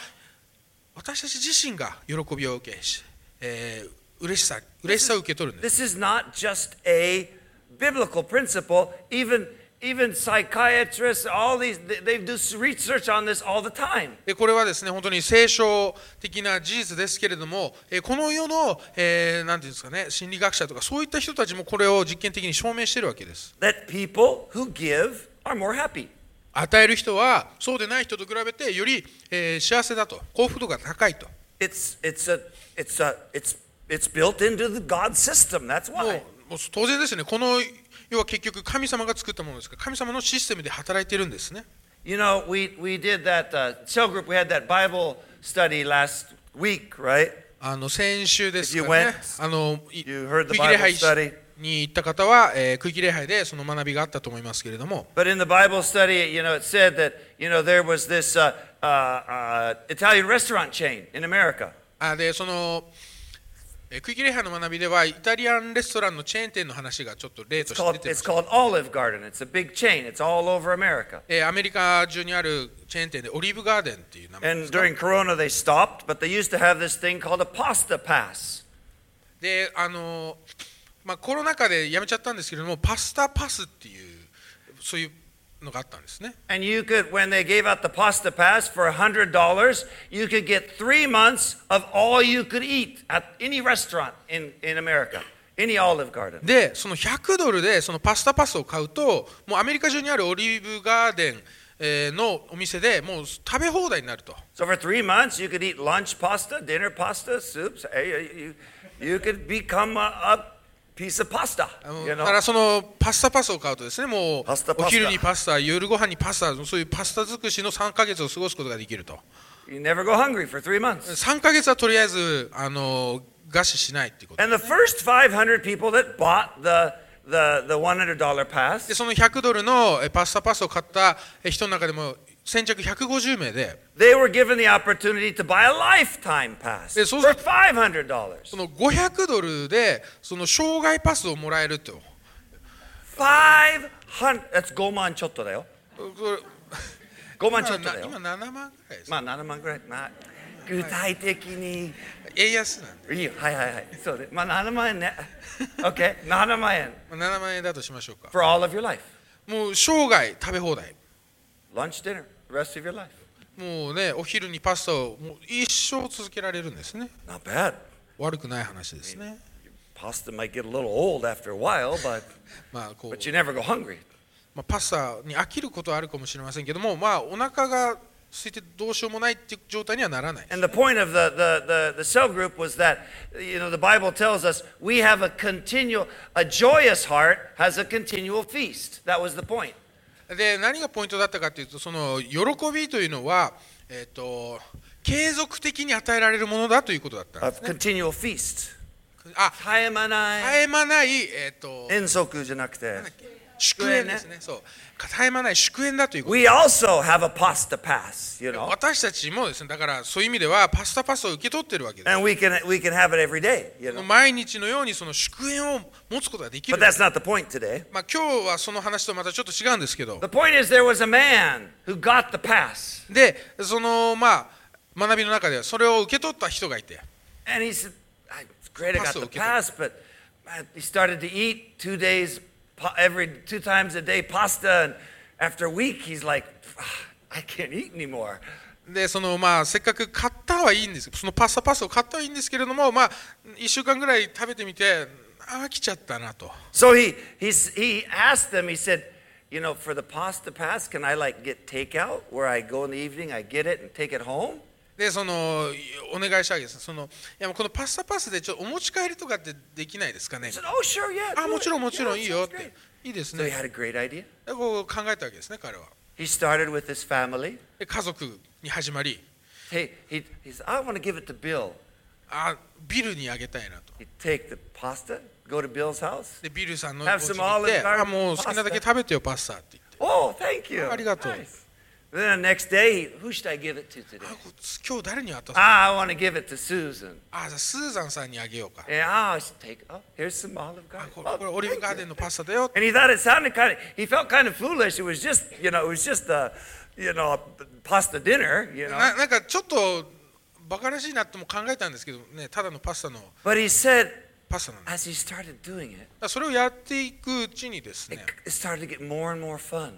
[SPEAKER 1] 私たち自身が喜びを受けし、えー嬉しさ嬉しさを受け取るんです
[SPEAKER 2] This is not just a biblical principle. Even even psychiatrists, all these they, they do research on this all the time.
[SPEAKER 1] えーこれはですね本当に聖書的な事実ですけれども、えーこの世の、えーなんていうんですかね、心理学者とか、そういった人たちもこれを実験的に証明しているわけです。
[SPEAKER 2] That people who give are more happy.
[SPEAKER 1] 与える人は、そうでない人と比べて、より、えー幸せだと、幸福度が高いと、
[SPEAKER 2] It's it's a it's a it's it's built into the God system. That's
[SPEAKER 1] もう
[SPEAKER 2] why.
[SPEAKER 1] もう当然ですね、この世は結局、神様が作ったものですから、神様のシステムで働いているんですね。
[SPEAKER 2] You know, we, we did that uh, cell group, we had that Bible study last week, right?
[SPEAKER 1] あの先週です
[SPEAKER 2] If you
[SPEAKER 1] かね
[SPEAKER 2] went,、
[SPEAKER 1] あのい
[SPEAKER 2] you heard the
[SPEAKER 1] 区域礼拝
[SPEAKER 2] Bible study.
[SPEAKER 1] に行った方は、えー、区域礼拝でその学びがあったと思いますけれども、
[SPEAKER 2] But in the Bible study, you know, it said that, you know, there was this uh, uh, uh, Italian restaurant chain in America.
[SPEAKER 1] あでその、えー、区域礼拝の学びでは、イタリアンレストランのチェーン店の話がちょっと例と
[SPEAKER 2] It's
[SPEAKER 1] し
[SPEAKER 2] called,
[SPEAKER 1] て出てま
[SPEAKER 2] it's
[SPEAKER 1] す、
[SPEAKER 2] called Olive Garden. It's a big chain, it's all over America.
[SPEAKER 1] えーアメリカ中にあるチェーン店で、オリーブガーデンっていう名前で
[SPEAKER 2] And
[SPEAKER 1] すか
[SPEAKER 2] during Corona, they stopped, but they used to have this thing called a pasta pass.
[SPEAKER 1] であの、まあ、コロナ禍でやめちゃったんですけれども、パスタパスっていう、そういうのがあったんですね。
[SPEAKER 2] And you could, when they gave out the pasta pass for $100, you could get three months of all you could eat at any restaurant in, in America, any Olive Garden.
[SPEAKER 1] でその100ドルでそのパスタパスを買うともうアメリカ中にあるオリーブガーデンえーのお店でもう食べ放題になると
[SPEAKER 2] So for three months, you could eat lunch pasta, dinner pasta, soups. Hey, You, you could become a, a piece of pasta,
[SPEAKER 1] あの
[SPEAKER 2] you
[SPEAKER 1] だから
[SPEAKER 2] know.
[SPEAKER 1] そのパスタパスを買うとですねもう
[SPEAKER 2] パスタパスタ
[SPEAKER 1] お昼にパスタ夜ご飯にパスタそういうパスタ尽くしの3ヶ月を過ごすことができると
[SPEAKER 2] You never go hungry for three months.
[SPEAKER 1] 3ヶ月はとりあえずあの餓死しないっていうこと
[SPEAKER 2] And the first 500 people that bought the, the, the $100 pass,
[SPEAKER 1] でその100ドルのえパスタパスを買ったえ人の中でも先着150名で
[SPEAKER 2] they were given the opportunity to buy a lifetime pass
[SPEAKER 1] Yeah, so-
[SPEAKER 2] for $500.
[SPEAKER 1] その500ドルでその生涯パスをもらえると。
[SPEAKER 2] *laughs* 500, that's 5万ちょっとだよ。
[SPEAKER 1] これ
[SPEAKER 2] 5万ちょ
[SPEAKER 1] 今
[SPEAKER 2] っとだよ
[SPEAKER 1] 今。7万ぐらいです、
[SPEAKER 2] まあ7万ぐらい。まあ具体的に。
[SPEAKER 1] 円安なんで
[SPEAKER 2] いいよ。はいはいはい。そうで。まあ7万円ね。OK。7万円。
[SPEAKER 1] まあ7万円だとしましょうか
[SPEAKER 2] For all of your life.
[SPEAKER 1] もう生涯食べ放題
[SPEAKER 2] Lunch, dinner, rest of your life.
[SPEAKER 1] もうねお昼にパスタをもう一生続けられるんですね
[SPEAKER 2] Not bad.
[SPEAKER 1] 悪くない話ですね
[SPEAKER 2] Pasta might get a little old after a while, but,
[SPEAKER 1] まあこう
[SPEAKER 2] but you never go hungry.
[SPEAKER 1] まあ、パスタに飽きることはあるかもしれませんけどもまあお腹が空いてどうしようもないっていう状態にはならない
[SPEAKER 2] And the point of the, the, the, the cell group was that, you know, the Bible tells us we have a continual, a joyous heart has a continual feast. That was the point.
[SPEAKER 1] で何がポイントだったかというとその喜びというのはえっ、と継続的に与えられるものだということだったん
[SPEAKER 2] Of
[SPEAKER 1] ですね
[SPEAKER 2] continual feast.
[SPEAKER 1] あ
[SPEAKER 2] 絶え間ない。
[SPEAKER 1] 絶え間ないえっ、と
[SPEAKER 2] 遠足じゃなくて。
[SPEAKER 1] 祝宴ですね、そう、絶え間ない祝宴だということ、
[SPEAKER 2] We also have a pasta pass, you know,
[SPEAKER 1] 私たちもですね、だからそういう意味では、パスタパスを受け取ってるわけです。
[SPEAKER 2] and we can we can have it every day, you know.
[SPEAKER 1] 毎日のようにその祝宴を持つことができる
[SPEAKER 2] But。that's not the point today.
[SPEAKER 1] まあ、今日はその話とまたちょっと違うんですけど、
[SPEAKER 2] The point is there was a man who got the pass,
[SPEAKER 1] で、そのまあ、学びの中ではそれを受け取った人がいて、
[SPEAKER 2] and he said, "I- "It's great, I got the
[SPEAKER 1] Paso, ¿qué tal?
[SPEAKER 2] pass, but man, he started to eat two days pa- every two times a day pasta, and after a week he's like, "Ah, I can't eat anymore."
[SPEAKER 1] で、そのまあ、せっかく買ったはいいんです、そのパスタパスを買ったはいいんですけれども、まあ、1週間ぐらい食べてみて、あ飽きちゃったなと。
[SPEAKER 2] So he he s- he asked them. He said. You know, for the pasta pass, can I like get takeout where I go in the evening, I get it and take it home?
[SPEAKER 1] でそのお願いしたわけですそのいやもうこのパスタパスでちょっとお持ち帰りとかってできないですかね
[SPEAKER 2] said, "Oh, sure, yeah."
[SPEAKER 1] あ
[SPEAKER 2] do
[SPEAKER 1] も
[SPEAKER 2] it.
[SPEAKER 1] ちろんもちろん
[SPEAKER 2] Yeah,
[SPEAKER 1] いいよっ
[SPEAKER 2] sounds great.
[SPEAKER 1] ていいです
[SPEAKER 2] So he
[SPEAKER 1] ね
[SPEAKER 2] had a great idea.
[SPEAKER 1] でこう考えたわけですね彼は
[SPEAKER 2] He started with his family.
[SPEAKER 1] で家族に始まり
[SPEAKER 2] Hey, he, he said, "I want to give it to Bill."
[SPEAKER 1] あビルにあげたいなと
[SPEAKER 2] He'd take the pasta, go to Bill's house.
[SPEAKER 1] でビルさんのお
[SPEAKER 2] Have
[SPEAKER 1] 家に
[SPEAKER 2] some
[SPEAKER 1] 行って
[SPEAKER 2] olive garden
[SPEAKER 1] あもう好きなだけ食べてよパスタって言って
[SPEAKER 2] Oh, thank you.
[SPEAKER 1] Arigato.
[SPEAKER 2] Nice. Then the next day, he- who should I give it to today?
[SPEAKER 1] あこ今日誰に渡す
[SPEAKER 2] Ah,
[SPEAKER 1] あ
[SPEAKER 2] I want to give it to Susan.
[SPEAKER 1] あじゃあスーザンさんにあげようか
[SPEAKER 2] And ah, I should take. Oh, here's some olive
[SPEAKER 1] あ
[SPEAKER 2] garden.
[SPEAKER 1] これ
[SPEAKER 2] Oh,
[SPEAKER 1] これオリーブ
[SPEAKER 2] thank
[SPEAKER 1] ガー
[SPEAKER 2] you.
[SPEAKER 1] デンのパスタだよ
[SPEAKER 2] And he thought it sounded kind of. He felt kind of foolish. It was just, you know, it was just a, you know, a pasta dinner, you know.
[SPEAKER 1] ななんかちょっとバカらしいなとも考えたんですけどねただのパスタの
[SPEAKER 2] But he said,
[SPEAKER 1] パスタなんで
[SPEAKER 2] as he started doing it.
[SPEAKER 1] それをやっていくうちにですね
[SPEAKER 2] It started to get more and more fun,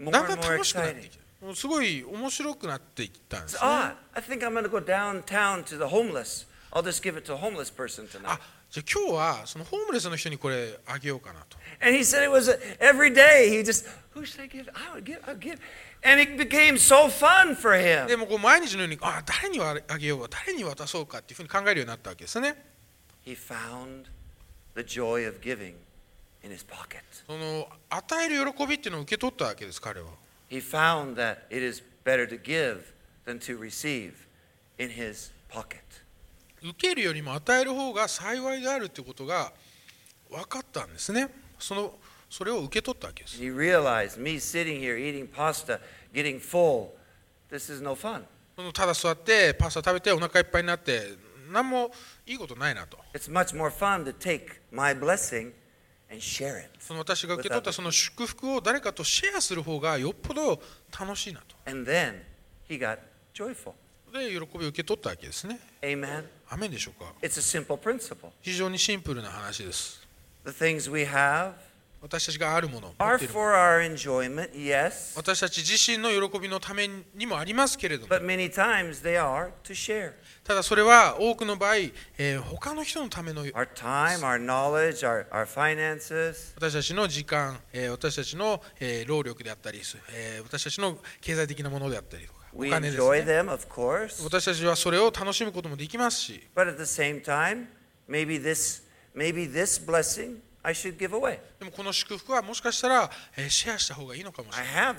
[SPEAKER 2] more
[SPEAKER 1] だんだ
[SPEAKER 2] and
[SPEAKER 1] ん
[SPEAKER 2] more
[SPEAKER 1] 楽しくなって
[SPEAKER 2] exciting.
[SPEAKER 1] きたもうすごい面白くなっていったんです、ね
[SPEAKER 2] It's、odd. I think I'm going to go downtown to the homeless. I'll just give it to a homeless person
[SPEAKER 1] あ
[SPEAKER 2] tonight.
[SPEAKER 1] じゃあ今日はそのホームレスの人にこれあげようかなと
[SPEAKER 2] And he said it was uh, every day. He just, who should I give? it? I would give. I'll give. And it became so fun for him.
[SPEAKER 1] でもこう毎日のようにあ誰にはあげようか誰に渡そうかっていうふうに考えるようになったわけですね
[SPEAKER 2] He found the joy of giving in his pocket.
[SPEAKER 1] その与える喜びっていうのを受け取ったわけです彼は
[SPEAKER 2] he found that it is better to give than to receive in his pocket.
[SPEAKER 1] 受けるよりも与える方が幸いであるということが分かったんですねそのそれを受け取ったわけです
[SPEAKER 2] He realized me sitting here eating pasta, getting full, this is no fun.
[SPEAKER 1] そのただ座ってパスタ食べてお腹いっぱいになって何もいいことないなと
[SPEAKER 2] It's much more fun to take my blessing and share it.
[SPEAKER 1] その私が受け取ったその祝福を誰かとシェアする方がよっぽど楽しいな
[SPEAKER 2] And then he got joyful.
[SPEAKER 1] とで喜びを受け取ったわけですね
[SPEAKER 2] Amen.
[SPEAKER 1] アメンでしょうか
[SPEAKER 2] It's a simple principle.
[SPEAKER 1] 非常にシンプルな話です
[SPEAKER 2] The things we have
[SPEAKER 1] 私たちがあるもの持
[SPEAKER 2] are
[SPEAKER 1] っているもの
[SPEAKER 2] for our enjoyment, yes,
[SPEAKER 1] 私たち自身の喜びのためにもありますけれども
[SPEAKER 2] but many times they are to share.
[SPEAKER 1] ただそれは多くの場合、えー他の人のための
[SPEAKER 2] Our time, our knowledge, our, our finances,
[SPEAKER 1] 私たちの時間、えー私たちの、えー労力であったり、えー私たちの経済的なものであったりとかお
[SPEAKER 2] we
[SPEAKER 1] 金です、
[SPEAKER 2] enjoy
[SPEAKER 1] ね、
[SPEAKER 2] them, of course,
[SPEAKER 1] 私たちはそれを楽しむこともできますし
[SPEAKER 2] but at the same time, maybe this, maybe this blessing I should give away.
[SPEAKER 1] でもこの祝福はもしかしたら、えーシェアした方がいいのかもし
[SPEAKER 2] I
[SPEAKER 1] れない
[SPEAKER 2] have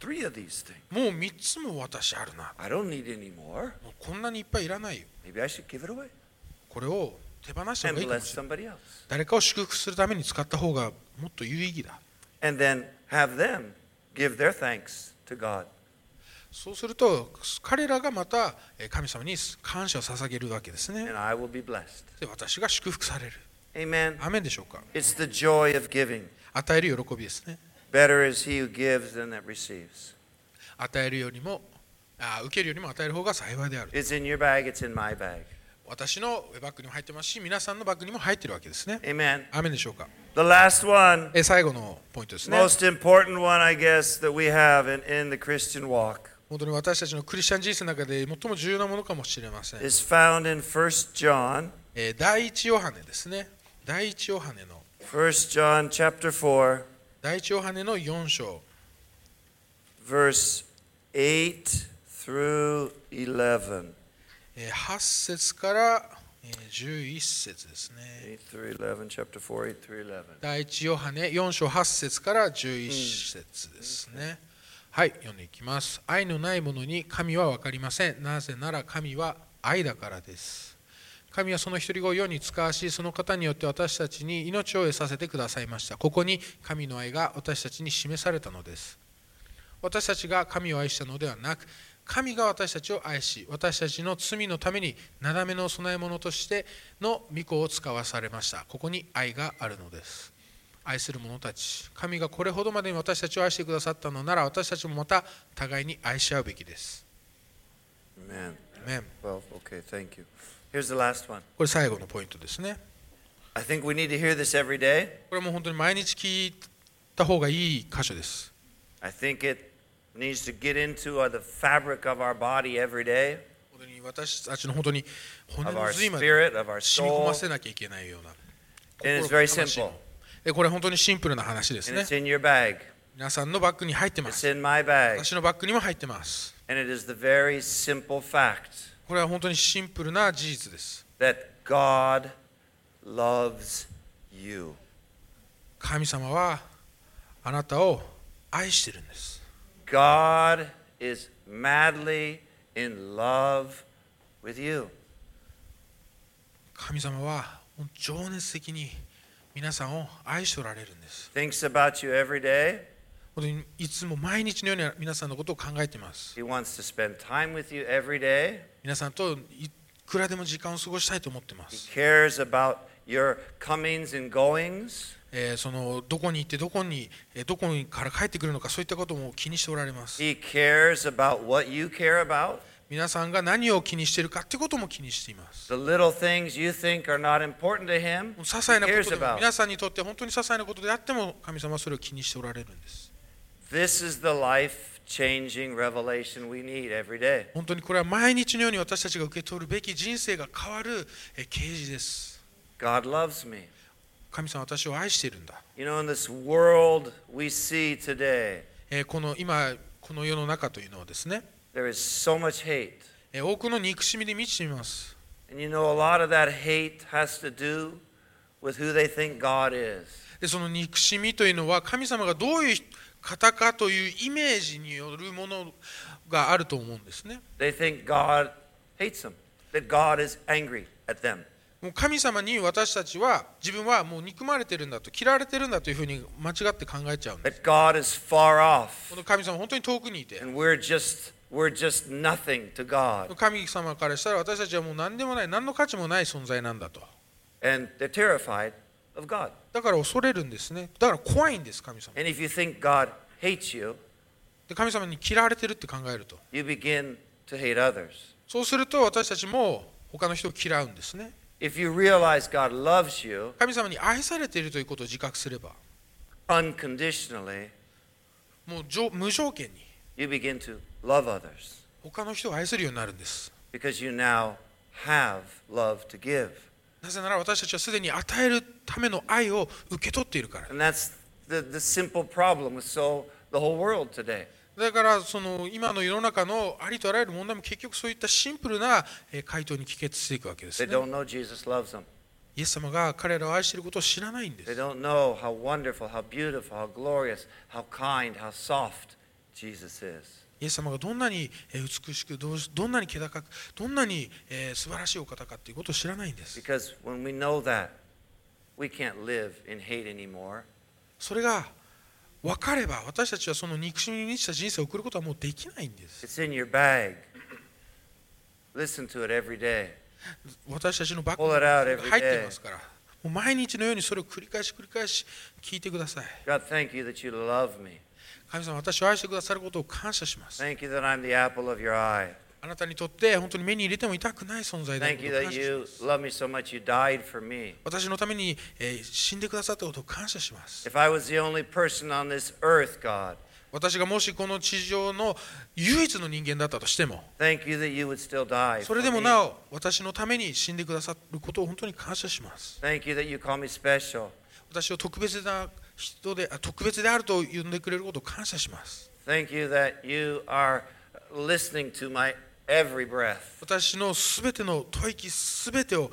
[SPEAKER 2] three of these things.
[SPEAKER 1] もう3つも私あるな
[SPEAKER 2] I don't need any more.
[SPEAKER 1] もうこんなにいっぱいいらないよ
[SPEAKER 2] Maybe I should give it away
[SPEAKER 1] これを手放した方
[SPEAKER 2] and
[SPEAKER 1] がいいかも
[SPEAKER 2] bless
[SPEAKER 1] しれない
[SPEAKER 2] somebody else.
[SPEAKER 1] 誰かを祝福するために使った方がもっと有意義だ
[SPEAKER 2] And then have them give their thanks to God.
[SPEAKER 1] そうすると彼らがまたえー神様に感謝を捧げるわけですね
[SPEAKER 2] and I will be blessed.
[SPEAKER 1] で私が祝福される
[SPEAKER 2] Amen.
[SPEAKER 1] アーメンでしょうか
[SPEAKER 2] It's the joy of giving.
[SPEAKER 1] 与える喜びですね
[SPEAKER 2] Better is he who gives than that receives.
[SPEAKER 1] 与えるよりもあー受けるよりも与える方が幸いである
[SPEAKER 2] It's in your bag, it's in my bag.
[SPEAKER 1] 私のバッグにも入ってますし皆さんのバッグにも入ってるわけですね
[SPEAKER 2] Amen.
[SPEAKER 1] アーメンでしょうか
[SPEAKER 2] The last one,
[SPEAKER 1] えー最後のポイントですね
[SPEAKER 2] most important one, I guess, that we have in, in the Christian walk
[SPEAKER 1] 本当に私たちのクリスチャン人生の中で最も重要なものかもしれません、
[SPEAKER 2] is found in 1 John,
[SPEAKER 1] えー第一ヨハネですね第一ヨハネの
[SPEAKER 2] 1 John chapter 4,
[SPEAKER 1] 第一ヨハネの4章
[SPEAKER 2] verse 8 through 11.
[SPEAKER 1] えー8節からえー11節ですね。
[SPEAKER 2] 8 through 11, chapter 4, 8 through 11.
[SPEAKER 1] 第一ヨハネ4章8節から11節ですね。はい、読んでいきます。愛のないものに神は分かりません。なぜなら神は愛だからです。神はその一人子を世に使わし、その方によって私たちに命を得させてくださいました。ここに神の愛が私たちに示されたのです。私たちが神を愛したのではなく、神が私たちを愛し、私たちの罪のために、なだめの供え物としての御子を使わされました。ここに愛があるのです。愛する者たち神がこれほどまでに私たちを愛してくださったのなら私たちもまた互いに愛し合うべきです。
[SPEAKER 2] Amen.
[SPEAKER 1] アメン
[SPEAKER 2] Well, okay, thank you. Here's the last one.
[SPEAKER 1] これ最後のポイントですね。
[SPEAKER 2] I think we need to hear this every day.
[SPEAKER 1] これも本当に毎日聞いた方がいい箇所です。
[SPEAKER 2] I think it needs to get into uh, the fabric of our body every day,
[SPEAKER 1] 本当に私たちの本当に骨
[SPEAKER 2] of
[SPEAKER 1] の
[SPEAKER 2] our
[SPEAKER 1] 髄まで
[SPEAKER 2] spirit, of our
[SPEAKER 1] 染み込
[SPEAKER 2] soul.
[SPEAKER 1] ませなきゃいけないような。
[SPEAKER 2] And it's
[SPEAKER 1] 心
[SPEAKER 2] very
[SPEAKER 1] と魂
[SPEAKER 2] simple.
[SPEAKER 1] のでこれ本当にシンプルな話です
[SPEAKER 2] And
[SPEAKER 1] ね
[SPEAKER 2] it's。in your bag.
[SPEAKER 1] 皆さんのバッグに入ってま
[SPEAKER 2] It's
[SPEAKER 1] す。
[SPEAKER 2] in my bag.
[SPEAKER 1] 私のバッグにも入ってます。
[SPEAKER 2] And it is the very simple fact
[SPEAKER 1] これは本当にシンプルな事実です。
[SPEAKER 2] that God loves you.
[SPEAKER 1] 神様はあなたを愛してるんです。
[SPEAKER 2] God is madly in love with you.
[SPEAKER 1] 神様は情熱的に皆さんを愛しておられるんです。
[SPEAKER 2] Thinks about you every day.
[SPEAKER 1] 本当にいつも毎日のように皆さんのことを考えています。
[SPEAKER 2] He wants to spend time with you every day.
[SPEAKER 1] 皆さんといくらでも時間を過ごしたいと思ってま
[SPEAKER 2] He
[SPEAKER 1] す。
[SPEAKER 2] cares about your comings and goings.
[SPEAKER 1] えーそのどこに行ってどこに、えーどこから帰ってくるのかそういったことも気にしておられます。
[SPEAKER 2] He cares about what you care about,
[SPEAKER 1] 皆さんが何を気にしているかってことも気にしています。
[SPEAKER 2] the little things you think are not important to him. He
[SPEAKER 1] もう些細なこと
[SPEAKER 2] cares
[SPEAKER 1] でも
[SPEAKER 2] about.
[SPEAKER 1] 皆さんにとって本当に些細なことであっても神様はそれを気にしておられるんです。
[SPEAKER 2] This is the life-changing revelation we need every day.
[SPEAKER 1] 本当にこれは毎日のように私たちが受け取るべき人生が変わる、えー啓示です。
[SPEAKER 2] God loves me.
[SPEAKER 1] 神様私を愛しているんだ、
[SPEAKER 2] You know, in this world we see today,
[SPEAKER 1] えーこの今この世の中というのはですね、
[SPEAKER 2] there is so much hate.
[SPEAKER 1] えー多くの憎しみに満ちています
[SPEAKER 2] And you know, a lot of that hate has to do with who they think God is.
[SPEAKER 1] でその憎しみというのは神様がどういう方かというイメージによるものがあると思うんですね。
[SPEAKER 2] They think God hates them, that God is angry at them.
[SPEAKER 1] もう神様に私たちは自分はもう憎まれてるんだと嫌われてるんだというふうに間違って考えちゃうんです。
[SPEAKER 2] that God is far
[SPEAKER 1] こ
[SPEAKER 2] off
[SPEAKER 1] の神様本当に遠くにいて
[SPEAKER 2] and we're just we're just nothing to God
[SPEAKER 1] 神様からしたら私たちはもう何でもない何の価値もない存在なんだと
[SPEAKER 2] and they're terrified of God.
[SPEAKER 1] だから恐れるんですねだから怖いんです神様
[SPEAKER 2] And if you think God hates you,
[SPEAKER 1] で神様に嫌われてるって考えると
[SPEAKER 2] you begin to hate others.
[SPEAKER 1] そうすると私たちも他の人を嫌うんですね
[SPEAKER 2] If you realize God loves you
[SPEAKER 1] 神様に愛されているということを自覚すれば
[SPEAKER 2] unconditionally,
[SPEAKER 1] もうじょ無条件に
[SPEAKER 2] you begin to love others
[SPEAKER 1] 他の人を愛するようになるんです
[SPEAKER 2] because you now have love to give.
[SPEAKER 1] なぜなら私たちはすでに与えるための愛を受け取っているから
[SPEAKER 2] And that's the, the simple problem with so the whole world today.
[SPEAKER 1] だからその今の世の中のありとあらゆる問題も結局そういったシンプルなえー回答に帰結していくわけです
[SPEAKER 2] They
[SPEAKER 1] ね
[SPEAKER 2] don't know Jesus loves them.
[SPEAKER 1] イエス様が彼らを愛していることを知らないんで
[SPEAKER 2] They
[SPEAKER 1] す
[SPEAKER 2] don't know how wonderful, how beautiful, how glorious, how kind, how soft Jesus is.
[SPEAKER 1] イエス様がどんなにえー美しくどうしどんなに気高くどんなにえー素晴らしいお方かということを知らないんです
[SPEAKER 2] Because when we know that, we can't live in hate anymore.
[SPEAKER 1] それが分かれば私たちはその憎しみに満ちた人生を送ることはもうできないんです
[SPEAKER 2] It's in your bag. Listen to it every day.
[SPEAKER 1] 私たちのバッグ
[SPEAKER 2] Pull it out every day.
[SPEAKER 1] に入っていますからもう毎日のようにそれを繰り返し繰り返し聞いてください
[SPEAKER 2] God, thank you that you love me.
[SPEAKER 1] 神様私を愛してくださることを感謝します
[SPEAKER 2] Thank you that I'm the apple of your eye.
[SPEAKER 1] あなたにとって本当に目に入れても痛くない存在だ
[SPEAKER 2] Thank
[SPEAKER 1] と
[SPEAKER 2] you
[SPEAKER 1] 感
[SPEAKER 2] that
[SPEAKER 1] 謝し
[SPEAKER 2] you
[SPEAKER 1] ます。
[SPEAKER 2] love me so much you died for me.
[SPEAKER 1] 私のために、えー死んでくださったことを感謝します。
[SPEAKER 2] If I was the only person on this earth, God,
[SPEAKER 1] 私がもしこの地上の唯一の人間だったとしても、
[SPEAKER 2] thank you that you would still die.
[SPEAKER 1] そ
[SPEAKER 2] For
[SPEAKER 1] れでもな
[SPEAKER 2] me.
[SPEAKER 1] お私のために死んでくださることを本当に感謝します。
[SPEAKER 2] Thank you that you call me special.
[SPEAKER 1] 私を特別な人で、あ特別であると呼んでくれることを感謝します。
[SPEAKER 2] Thank you that you are listening to my every breath.
[SPEAKER 1] 私のすべての吐息すべてを、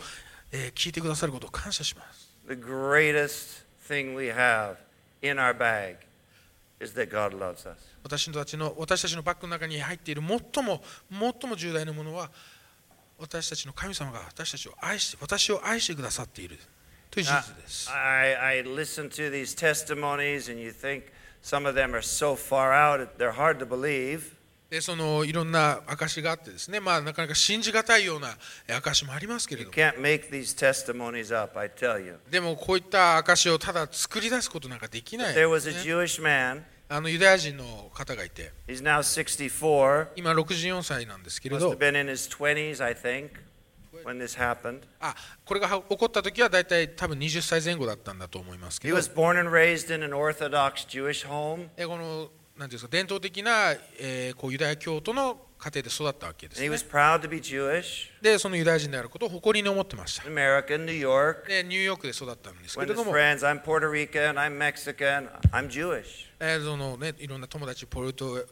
[SPEAKER 1] えー聞いてくださることを感謝します。
[SPEAKER 2] The greatest thing we have in our bag is that God loves us.
[SPEAKER 1] 私たちの私たちのバッグの中に入っている最も最も重大なものは私たちの神様が私たちを愛して私を愛してくださっているという事実です。
[SPEAKER 2] I, I listen to these testimonies, and you think some of them are so far out, they're hard to believe.
[SPEAKER 1] でそのいろんな証があってですね、まあ、なかなか信じがたいようなえ証もありますけれ
[SPEAKER 2] You
[SPEAKER 1] ども
[SPEAKER 2] can't make these testimonies up, I tell you.
[SPEAKER 1] でもこういった証をただ作り出すことなんかできない、
[SPEAKER 2] There was a
[SPEAKER 1] ね
[SPEAKER 2] Jewish man,
[SPEAKER 1] あのユダヤ人の方がいて
[SPEAKER 2] he's now 64,
[SPEAKER 1] 今64歳なんですけれ
[SPEAKER 2] must
[SPEAKER 1] ど
[SPEAKER 2] have been in his 20s, I think, when this happened.
[SPEAKER 1] あこれがは起こった時は大体多分20歳前後だったんだと思いますけ
[SPEAKER 2] He
[SPEAKER 1] ど
[SPEAKER 2] was born and raised in an Orthodox Jewish home.
[SPEAKER 1] えこのなんていうんですか伝統的な、えーこうユダヤ教徒の家庭で育ったわけで
[SPEAKER 2] And
[SPEAKER 1] す、
[SPEAKER 2] he
[SPEAKER 1] ね
[SPEAKER 2] was。proud to be Jewish,
[SPEAKER 1] でそのユダヤ人であることを誇りに思ってました。
[SPEAKER 2] American, New York.
[SPEAKER 1] でニューヨークで育ったんですけ
[SPEAKER 2] When
[SPEAKER 1] れ
[SPEAKER 2] his
[SPEAKER 1] ども、
[SPEAKER 2] friends, I'm Puerto Rican, I'm Mexican, I'm Jewish.
[SPEAKER 1] えーそのねいろんな友達ポルト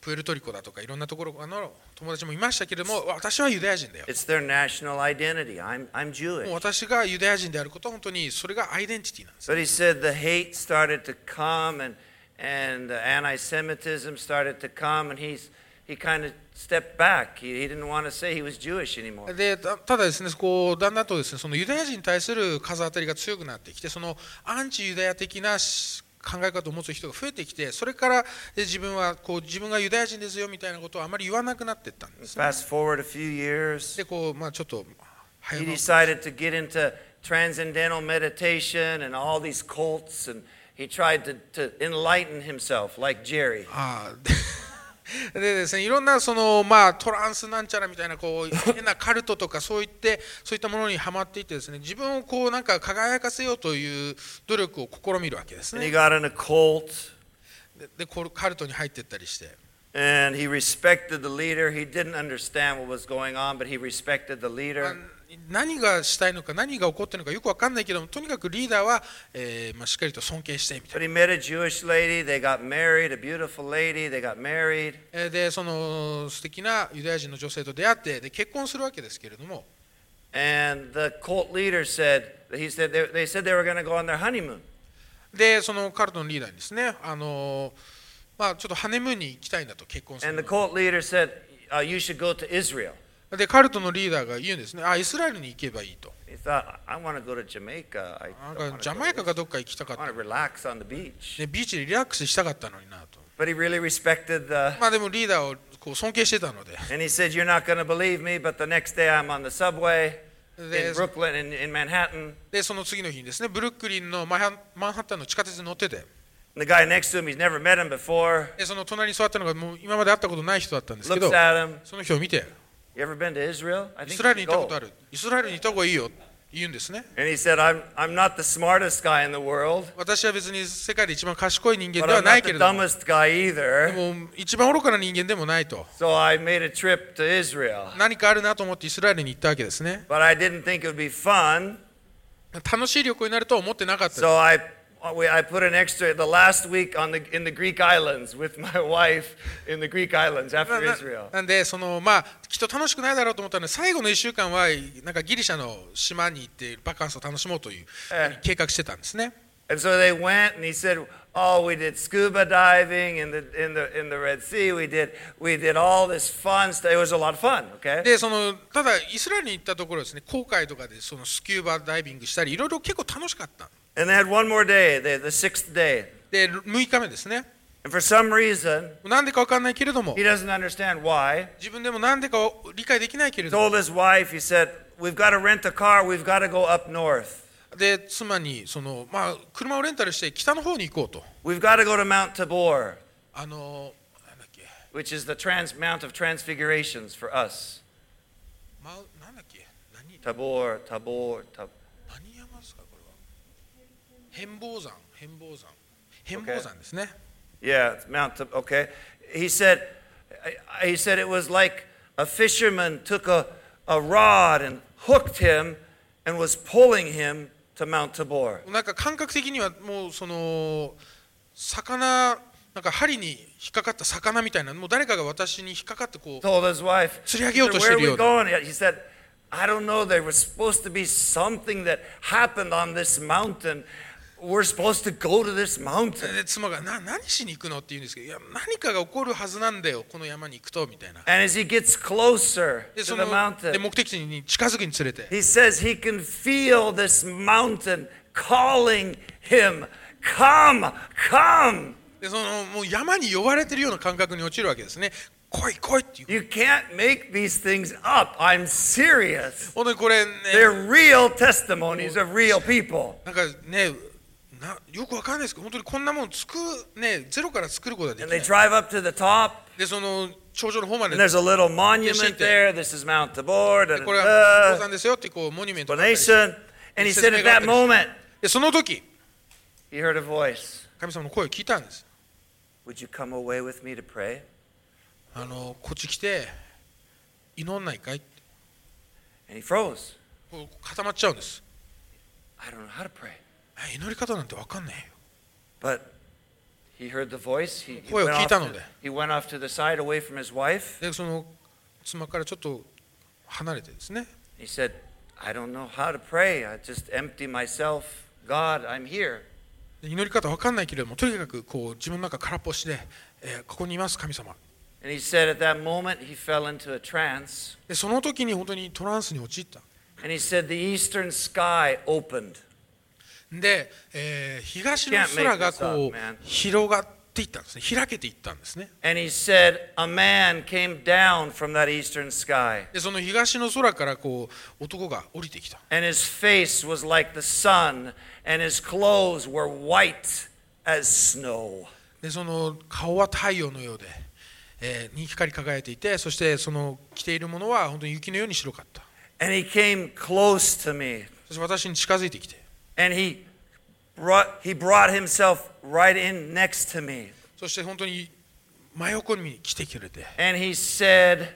[SPEAKER 1] プエルトリコだとかいろんなところの友達もいましたけれども、私はユダヤ人だよ。
[SPEAKER 2] It's their national identity. I'm, I'm
[SPEAKER 1] もう
[SPEAKER 2] Jewish.
[SPEAKER 1] 私がユダヤ人であることは本当にそれがアイデンティティなんです。
[SPEAKER 2] But he said the hate started to come and, and the anti Semitism started to come, and he's, he kind of stepped back. He, he didn't want to say he was Jewish anymore.
[SPEAKER 1] でたただですねこうだんだんとですねそのユダヤ人に対する風当たりが強くなってきてそのアンチユダヤ的なし考え方を持つ人が増えてきてそれからで自分はこう自分がユダヤ人ですよみたいなことをあまり言わなくなっていったんですね、
[SPEAKER 2] Fast forward a few years,
[SPEAKER 1] でこうまあちょっと
[SPEAKER 2] he
[SPEAKER 1] 早ま
[SPEAKER 2] decided to get into transcendental meditation and all these cults, and he tried to, to enlighten himself like Jerry.
[SPEAKER 1] あ *laughs* あででですねいろんなそのまあトランスなんちゃらみたいなこう変なカルトとかそういってそういったものにはまっていってですね自分をこうなんか輝かせようという努力を試みるわけです
[SPEAKER 2] And he
[SPEAKER 1] ね
[SPEAKER 2] got in a cult.
[SPEAKER 1] ででこうカルトに入っていったりして
[SPEAKER 2] And he respected the leader. He didn't understand what was going on, but he respected the
[SPEAKER 1] まあ
[SPEAKER 2] leader.
[SPEAKER 1] 何がしたいのか何が起こってるのかよく分かんないけどもとにかくリーダーは、えーまあ、しっかりと尊敬してみたい
[SPEAKER 2] But he met a Jewish lady. They got married, a beautiful lady. They got married.
[SPEAKER 1] な、えーでその素敵なユダヤ人の女性と出会ってで結婚するわけですけれども
[SPEAKER 2] And the cult leader said, he said they, they said they were going to go on their honeymoon.
[SPEAKER 1] でそのカルトのリーダーにですねあのーまあ、ちょっとハネムーンに行きたいんだと結婚す
[SPEAKER 2] And the
[SPEAKER 1] る
[SPEAKER 2] cult leader said, uh, You should go to Israel.
[SPEAKER 1] のでカルトのリーダーが言うんですねあイスラエルに行けばいいと
[SPEAKER 2] He thought, I want to go to Jamaica. I
[SPEAKER 1] なん
[SPEAKER 2] don't
[SPEAKER 1] か
[SPEAKER 2] wanna
[SPEAKER 1] ジャ
[SPEAKER 2] go
[SPEAKER 1] マイカ
[SPEAKER 2] to
[SPEAKER 1] か
[SPEAKER 2] Israel.
[SPEAKER 1] どっか行きたかっ
[SPEAKER 2] I want
[SPEAKER 1] た
[SPEAKER 2] to relax on the beach.
[SPEAKER 1] でビーチでリラックスしたかったのになと
[SPEAKER 2] But he really respected the.
[SPEAKER 1] まあでもリーダーをこう尊敬してたので
[SPEAKER 2] And he said, You're not going to believe me, but the next day I'm on the subway in
[SPEAKER 1] で
[SPEAKER 2] Brooklyn, in, in Manhattan.
[SPEAKER 1] でその次の日にですねブルックリンのマンハマンハッタンの地下鉄に乗ってて
[SPEAKER 2] And the guy next to him, he's never met him before,
[SPEAKER 1] でその隣に座ったのがもう今まで会ったことない人だったんですけ
[SPEAKER 2] looks
[SPEAKER 1] ど
[SPEAKER 2] at him.
[SPEAKER 1] その人を見て
[SPEAKER 2] You ever been to Israel? I
[SPEAKER 1] イスラエル
[SPEAKER 2] you
[SPEAKER 1] に
[SPEAKER 2] should
[SPEAKER 1] 行ったことあ
[SPEAKER 2] go."
[SPEAKER 1] るイスラエルに行った方がいいよ言うんですね
[SPEAKER 2] And he said, I'm, I'm not the smartest guy in the world,
[SPEAKER 1] 私は別に世界で一番賢い人間
[SPEAKER 2] but
[SPEAKER 1] では
[SPEAKER 2] I'm
[SPEAKER 1] ない
[SPEAKER 2] not
[SPEAKER 1] け
[SPEAKER 2] the
[SPEAKER 1] れども
[SPEAKER 2] dumbest guy
[SPEAKER 1] で
[SPEAKER 2] either.
[SPEAKER 1] も一番愚かな人間でもないと
[SPEAKER 2] So I made a trip to Israel.
[SPEAKER 1] 何かあるなと思ってイスラエルに行ったわけですね
[SPEAKER 2] But I didn't think it would be fun,
[SPEAKER 1] 楽しい旅行になるとは思ってなかったです
[SPEAKER 2] so I, we, I put an extra the last week on the, in the Greek islands with my *laughs* wife in the Greek islands
[SPEAKER 1] な
[SPEAKER 2] after
[SPEAKER 1] な
[SPEAKER 2] Israel.
[SPEAKER 1] なんでそのまあきっと楽しくないだろうと思ったので最後の1週間はなんかギリシャの島に行ってバカンスを楽しもうという
[SPEAKER 2] ええ
[SPEAKER 1] 計画してたんですね
[SPEAKER 2] And so they went, and he said, "Oh, we did scuba diving in the in the in the Red Sea. We did we did all this fun stuff. It was a lot of fun. Okay."
[SPEAKER 1] でそのただイスラエルに行ったところですね航海とかでそのスキューバダイビングしたりいろいろ結構楽しかった
[SPEAKER 2] And they had one more day, the, the sixth day.
[SPEAKER 1] で6日目ですね
[SPEAKER 2] And for some reason,
[SPEAKER 1] なんでか分かんないけれども
[SPEAKER 2] he doesn't understand why.
[SPEAKER 1] 自分でもなんでかを理解できないけれ
[SPEAKER 2] He
[SPEAKER 1] ども
[SPEAKER 2] told his wife, he said, "We've got to rent a car. We've got to go up north.
[SPEAKER 1] で妻にその、まあ、車をレンタルして北の方に行こうと
[SPEAKER 2] We've got to go to Mount Tabor,
[SPEAKER 1] あのなんだっけ
[SPEAKER 2] which is the trans Mount of Transfigurations for us.
[SPEAKER 1] マウなんだっけ何
[SPEAKER 2] Tabor, Tabor, Tabor.
[SPEAKER 1] 何山ですかこれは変貌山変貌山変貌山ですね、
[SPEAKER 2] Yeah, it's Mount. Tab- Okay, he said. I- He said it was like a fisherman took a, a rod and hooked him, and was pulling him to Mount Tabor.
[SPEAKER 1] なんか感覚的にはもうその魚なんか針に引っかかった魚みたいなもう誰かが私に引っかかってこう
[SPEAKER 2] Told his wife,
[SPEAKER 1] 釣り上げよう
[SPEAKER 2] "Where
[SPEAKER 1] としてる
[SPEAKER 2] are
[SPEAKER 1] よ
[SPEAKER 2] we
[SPEAKER 1] うな
[SPEAKER 2] going?" He said, "I don't know. There was supposed to be something that happened on this mountain. We're supposed to go to this mountain."
[SPEAKER 1] で妻がな何しに行くのって言うんですけどいや何かが起こるはずなんだよこの山に行くとみたいな
[SPEAKER 2] And as he gets closer
[SPEAKER 1] で
[SPEAKER 2] to
[SPEAKER 1] そ
[SPEAKER 2] the
[SPEAKER 1] ので
[SPEAKER 2] mountain,
[SPEAKER 1] 目的地に近づくにつれて
[SPEAKER 2] he says he can feel this mountain calling him, "Come, come."
[SPEAKER 1] でそのもう山に呼ばれてるような感覚に陥るわけですね来い来いっていう
[SPEAKER 2] You can't make these things up. I'm serious.
[SPEAKER 1] 本当にこれね
[SPEAKER 2] They're real testimonies of real people.
[SPEAKER 1] なんかねなよくわかんないですけど本当にこんなもん作ねゼロから作ることはでき
[SPEAKER 2] And
[SPEAKER 1] な
[SPEAKER 2] they
[SPEAKER 1] い
[SPEAKER 2] drive up to the top,
[SPEAKER 1] でその頂上の方ま
[SPEAKER 2] and
[SPEAKER 1] でで
[SPEAKER 2] there's a little monument there. This is Mount Tabor,
[SPEAKER 1] これは登
[SPEAKER 2] an
[SPEAKER 1] 山ですよってこうモニュメントがあったりして
[SPEAKER 2] explanation. And he said, at that moment,
[SPEAKER 1] でその時
[SPEAKER 2] he heard a voice.
[SPEAKER 1] 神様の声を聞いたんです
[SPEAKER 2] Would you come away with me to pray?
[SPEAKER 1] あのこっち来て祈んないかいって
[SPEAKER 2] And he froze.
[SPEAKER 1] こう固まっちゃうんです
[SPEAKER 2] I don't know how to pray.
[SPEAKER 1] え祈り方なんてわかんないよ
[SPEAKER 2] But he heard the voice. He, he
[SPEAKER 1] 声を
[SPEAKER 2] went
[SPEAKER 1] 聞い
[SPEAKER 2] off
[SPEAKER 1] たの
[SPEAKER 2] to,
[SPEAKER 1] で
[SPEAKER 2] he went off to the side away from his wife.
[SPEAKER 1] でその妻からちょっと離れてですね
[SPEAKER 2] He said, I don't know how to pray. I just empty myself. God, I'm here.
[SPEAKER 1] で祈り方わかんないけれどもとにかくこう自分の中空っぽして、えーここにいます神様
[SPEAKER 2] And he said at that moment he fell into a trance.
[SPEAKER 1] でその時に本当にトランスに陥った。
[SPEAKER 2] And he said the eastern sky opened.
[SPEAKER 1] で、えー東の空が
[SPEAKER 2] You can't
[SPEAKER 1] こ
[SPEAKER 2] make this up, man.
[SPEAKER 1] う広がっていったんですね開けていったんですね
[SPEAKER 2] And he said a man came down from that eastern sky.
[SPEAKER 1] でその東の空からこう男が降りてきた
[SPEAKER 2] And his face was like the sun, and his clothes were white as snow.
[SPEAKER 1] でその顔は太陽のようで、えーに光り輝いていてそしてその着ているものは本当に雪のように白かった
[SPEAKER 2] And he came close to me,
[SPEAKER 1] そして私に近づいてきて
[SPEAKER 2] and he brought, he brought himself right in next to me.
[SPEAKER 1] そして本当に真横に来てくれて
[SPEAKER 2] And he said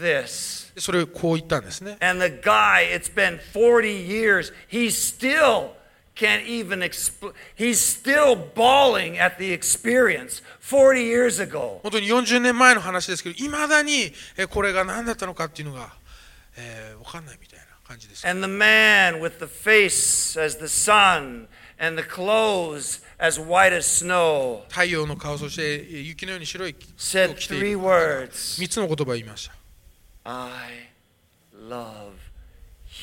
[SPEAKER 2] this.
[SPEAKER 1] でそれをこう言ったんですね
[SPEAKER 2] And the guy, it's been 40 years, he still can't even explain. He's still bawling at the experience 40 years ago.
[SPEAKER 1] 本当に40年前の話ですけどいまだにえーこれが何だったのかっていうのが、え分かんないみたいな感じです
[SPEAKER 2] And the man with the face as the sun and the clothes as white as snow,
[SPEAKER 1] 太陽の顔そして雪のように白い服を
[SPEAKER 2] said
[SPEAKER 1] 着ている
[SPEAKER 2] three words
[SPEAKER 1] 3つの言葉を言いました
[SPEAKER 2] I love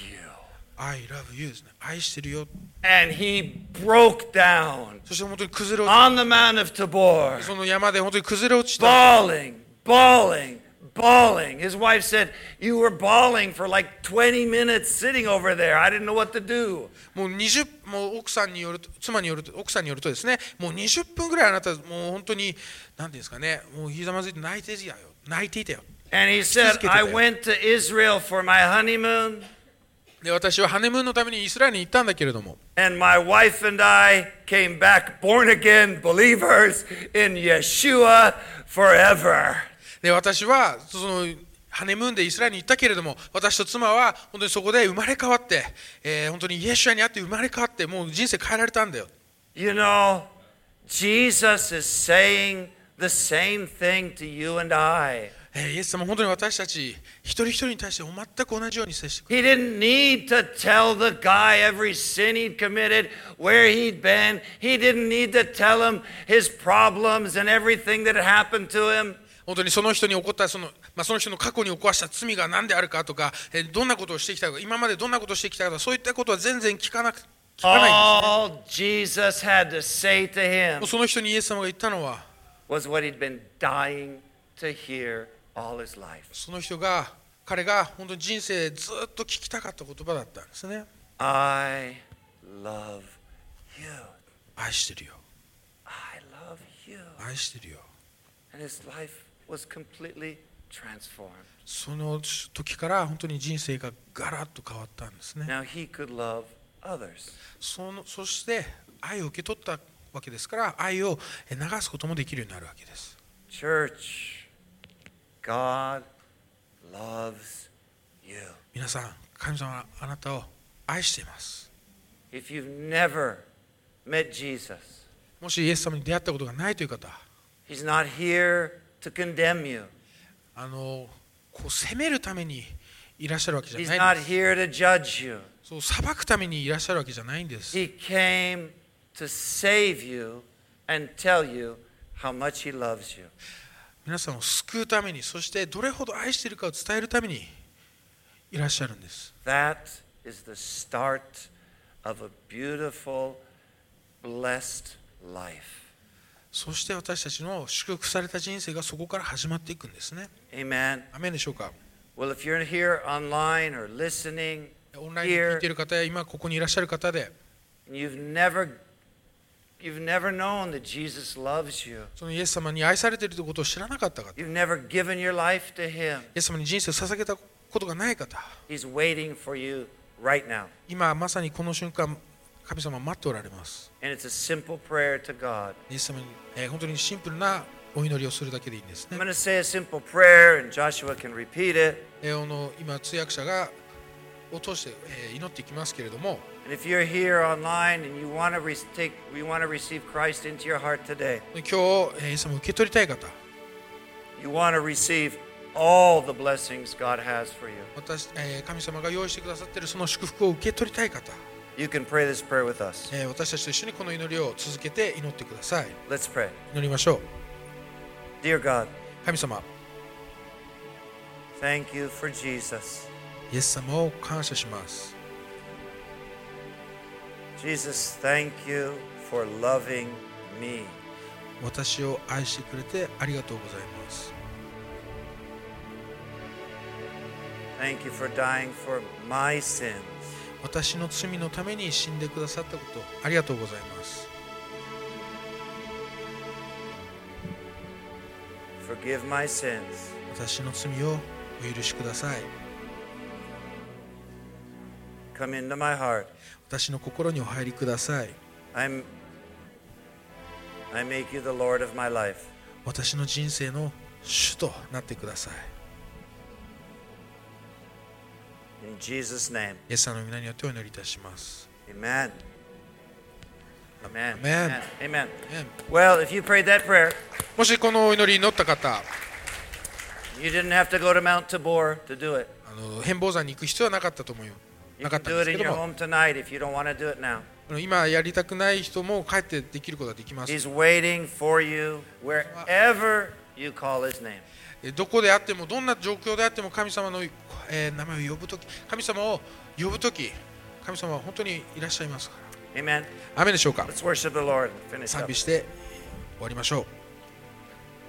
[SPEAKER 2] you.
[SPEAKER 1] I love you ですね愛してるよ
[SPEAKER 2] And he broke down
[SPEAKER 1] そして本当に崩れ落
[SPEAKER 2] on the Mount of
[SPEAKER 1] ち
[SPEAKER 2] Tabor,
[SPEAKER 1] その山で本当に崩れ落ちた
[SPEAKER 2] bawling, bawling, bawling. His wife said, You were bawling for like 20 minutes sitting over there. I didn't know what to do.
[SPEAKER 1] もう20もう奥さんによると妻によると奥さんによるとですねもう20分ぐらいあなたもう本当に何ていうんですかねもうひざまずいて泣いていたよ泣いていたよ
[SPEAKER 2] And he said, I went to Israel for my honeymoon,
[SPEAKER 1] で私はハネムーンのためにイスラエルに行ったんだけれども
[SPEAKER 2] and my wife and I came back born again believers in Yeshua forever.
[SPEAKER 1] で私はそのハネムーンでイスラエルに行ったけれども私と妻は本当にそこで生まれ変わって、えー本当にイエスュアに会って生まれ変わってもう人生変えられたんだよ
[SPEAKER 2] You know, Jesus is saying the same thing to you and I.
[SPEAKER 1] えーイエス様本当に私たち一人一人に対して全く同じように接してく
[SPEAKER 2] He didn't need to tell the guy every sin he'd committed, where he'd been. He didn't need to tell him his problems and everything that had happened to him.
[SPEAKER 1] 本当にその人に起こったその,、まあ、その人の過去に起こした罪が何であるかとか、えーどんなことをしてきたか今までどんなことをしてきたかとかそういったことは全然聞かなく聞かないんですね
[SPEAKER 2] All Jesus had to say to him
[SPEAKER 1] もうその人にイエス様が言ったのは
[SPEAKER 2] was what he'd been dying to hear all his life.
[SPEAKER 1] その人が彼が本当に人生でずっと聞きたかった言葉だったんですね
[SPEAKER 2] I love you.
[SPEAKER 1] 愛してるよ
[SPEAKER 2] I love you.
[SPEAKER 1] 愛してるよ
[SPEAKER 2] And his life was completely transformed.
[SPEAKER 1] その時から本当に人生がガラッと変わったんですね
[SPEAKER 2] Now he could love others.
[SPEAKER 1] そのそして愛を受け取ったわけですから愛をえ流すこともできるようになるわけです
[SPEAKER 2] Church, God loves you.
[SPEAKER 1] 皆さん神様はあなたを愛しています
[SPEAKER 2] If you've never met Jesus,
[SPEAKER 1] もしイエス様に出会ったことがないという方
[SPEAKER 2] He's not here to condemn you,
[SPEAKER 1] あのこう責めるためにいらっしゃるわけじ
[SPEAKER 2] He's
[SPEAKER 1] ゃな
[SPEAKER 2] not
[SPEAKER 1] いんです
[SPEAKER 2] here to judge you.
[SPEAKER 1] そう裁くためにいらっしゃるわけじゃないんです
[SPEAKER 2] He came to save you and tell you how much He loves you.
[SPEAKER 1] 皆さんを救うためにそしてどれほど愛しているかを伝えるためにいらっしゃるんです
[SPEAKER 2] That is the start of a beautiful, blessed life.
[SPEAKER 1] そして私たちの祝福された人生がそこから始まっていくんですね。
[SPEAKER 2] Amen.
[SPEAKER 1] アメンでしょうか
[SPEAKER 2] Well, if you're here online or listening,
[SPEAKER 1] オンラインで聞いている方や今ここにいらっしゃる方で、
[SPEAKER 2] And You've never, you've never known that Jesus loves you.
[SPEAKER 1] そのイエス様に愛されているということを知らなかった方、イ
[SPEAKER 2] You've never given your life to Him.
[SPEAKER 1] エス様に人生を捧げたことがない方、
[SPEAKER 2] He's waiting for you right now.
[SPEAKER 1] 今まさにこの瞬間、神様は待っておられます。
[SPEAKER 2] And it's a simple prayer to God.
[SPEAKER 1] イエス様に、えー本当にシンプルなお祈りをするだけでいいんですね
[SPEAKER 2] I'm。going to say a simple prayer, and Joshua can repeat it.
[SPEAKER 1] えーあの今、通訳者がを通して、えー祈っていきますけれども、
[SPEAKER 2] And if you're here online and you want to re- take, we want to receive Christ into your heart today.
[SPEAKER 1] 今日、えーイエス様を受け取りたい方、
[SPEAKER 2] You want to receive all the blessings God has for you.
[SPEAKER 1] 私えー神様が用意してくださっているその祝福を受け取りたい方、
[SPEAKER 2] You can pray this prayer with us.
[SPEAKER 1] えー私たちと一緒にこの祈りを続けて祈ってください
[SPEAKER 2] Let's pray.
[SPEAKER 1] 祈りましょう
[SPEAKER 2] Dear God,
[SPEAKER 1] 神様
[SPEAKER 2] thank you for Jesus.
[SPEAKER 1] イエス様を感謝します
[SPEAKER 2] Jesus, thank you for loving me.
[SPEAKER 1] 私を愛してくれてありがとうございます
[SPEAKER 2] Thank you for dying for my sins.
[SPEAKER 1] 私の罪のために死んでくださったことありがとうございます
[SPEAKER 2] Forgive my sins.
[SPEAKER 1] 私の罪をお許しください
[SPEAKER 2] Come into my heart.
[SPEAKER 1] 私の心にお入りください
[SPEAKER 2] I'm I make you the Lord of my life.
[SPEAKER 1] 私の人生の主となってください
[SPEAKER 2] In Jesus' name.
[SPEAKER 1] イエス様の皆によってお祈りいたします
[SPEAKER 2] Amen. Amen.
[SPEAKER 1] Amen.
[SPEAKER 2] Amen. Amen.
[SPEAKER 1] アーメン
[SPEAKER 2] Well, if you prayed that prayer,
[SPEAKER 1] もしこのお祈りに祈った方
[SPEAKER 2] you didn't have to go to Mount Tabor to do it.
[SPEAKER 1] あの変貌山に行く必要はなかったと思うよ
[SPEAKER 2] You
[SPEAKER 1] Nakata
[SPEAKER 2] can do it in your
[SPEAKER 1] ですけども。
[SPEAKER 2] home tonight if you don't want to do it now.
[SPEAKER 1] あの今やりたくない人も帰ってできることができます
[SPEAKER 2] He's waiting for you wherever you call his name.
[SPEAKER 1] えどこであってもどんな状況であっても神様の、えー名前を呼ぶとき神様を呼ぶとき神様は本当にいらっしゃいますか
[SPEAKER 2] Amen.
[SPEAKER 1] ら雨でしょうか
[SPEAKER 2] Let's worship the Lord. Finish
[SPEAKER 1] 賛
[SPEAKER 2] up.
[SPEAKER 1] 美して終わりましょう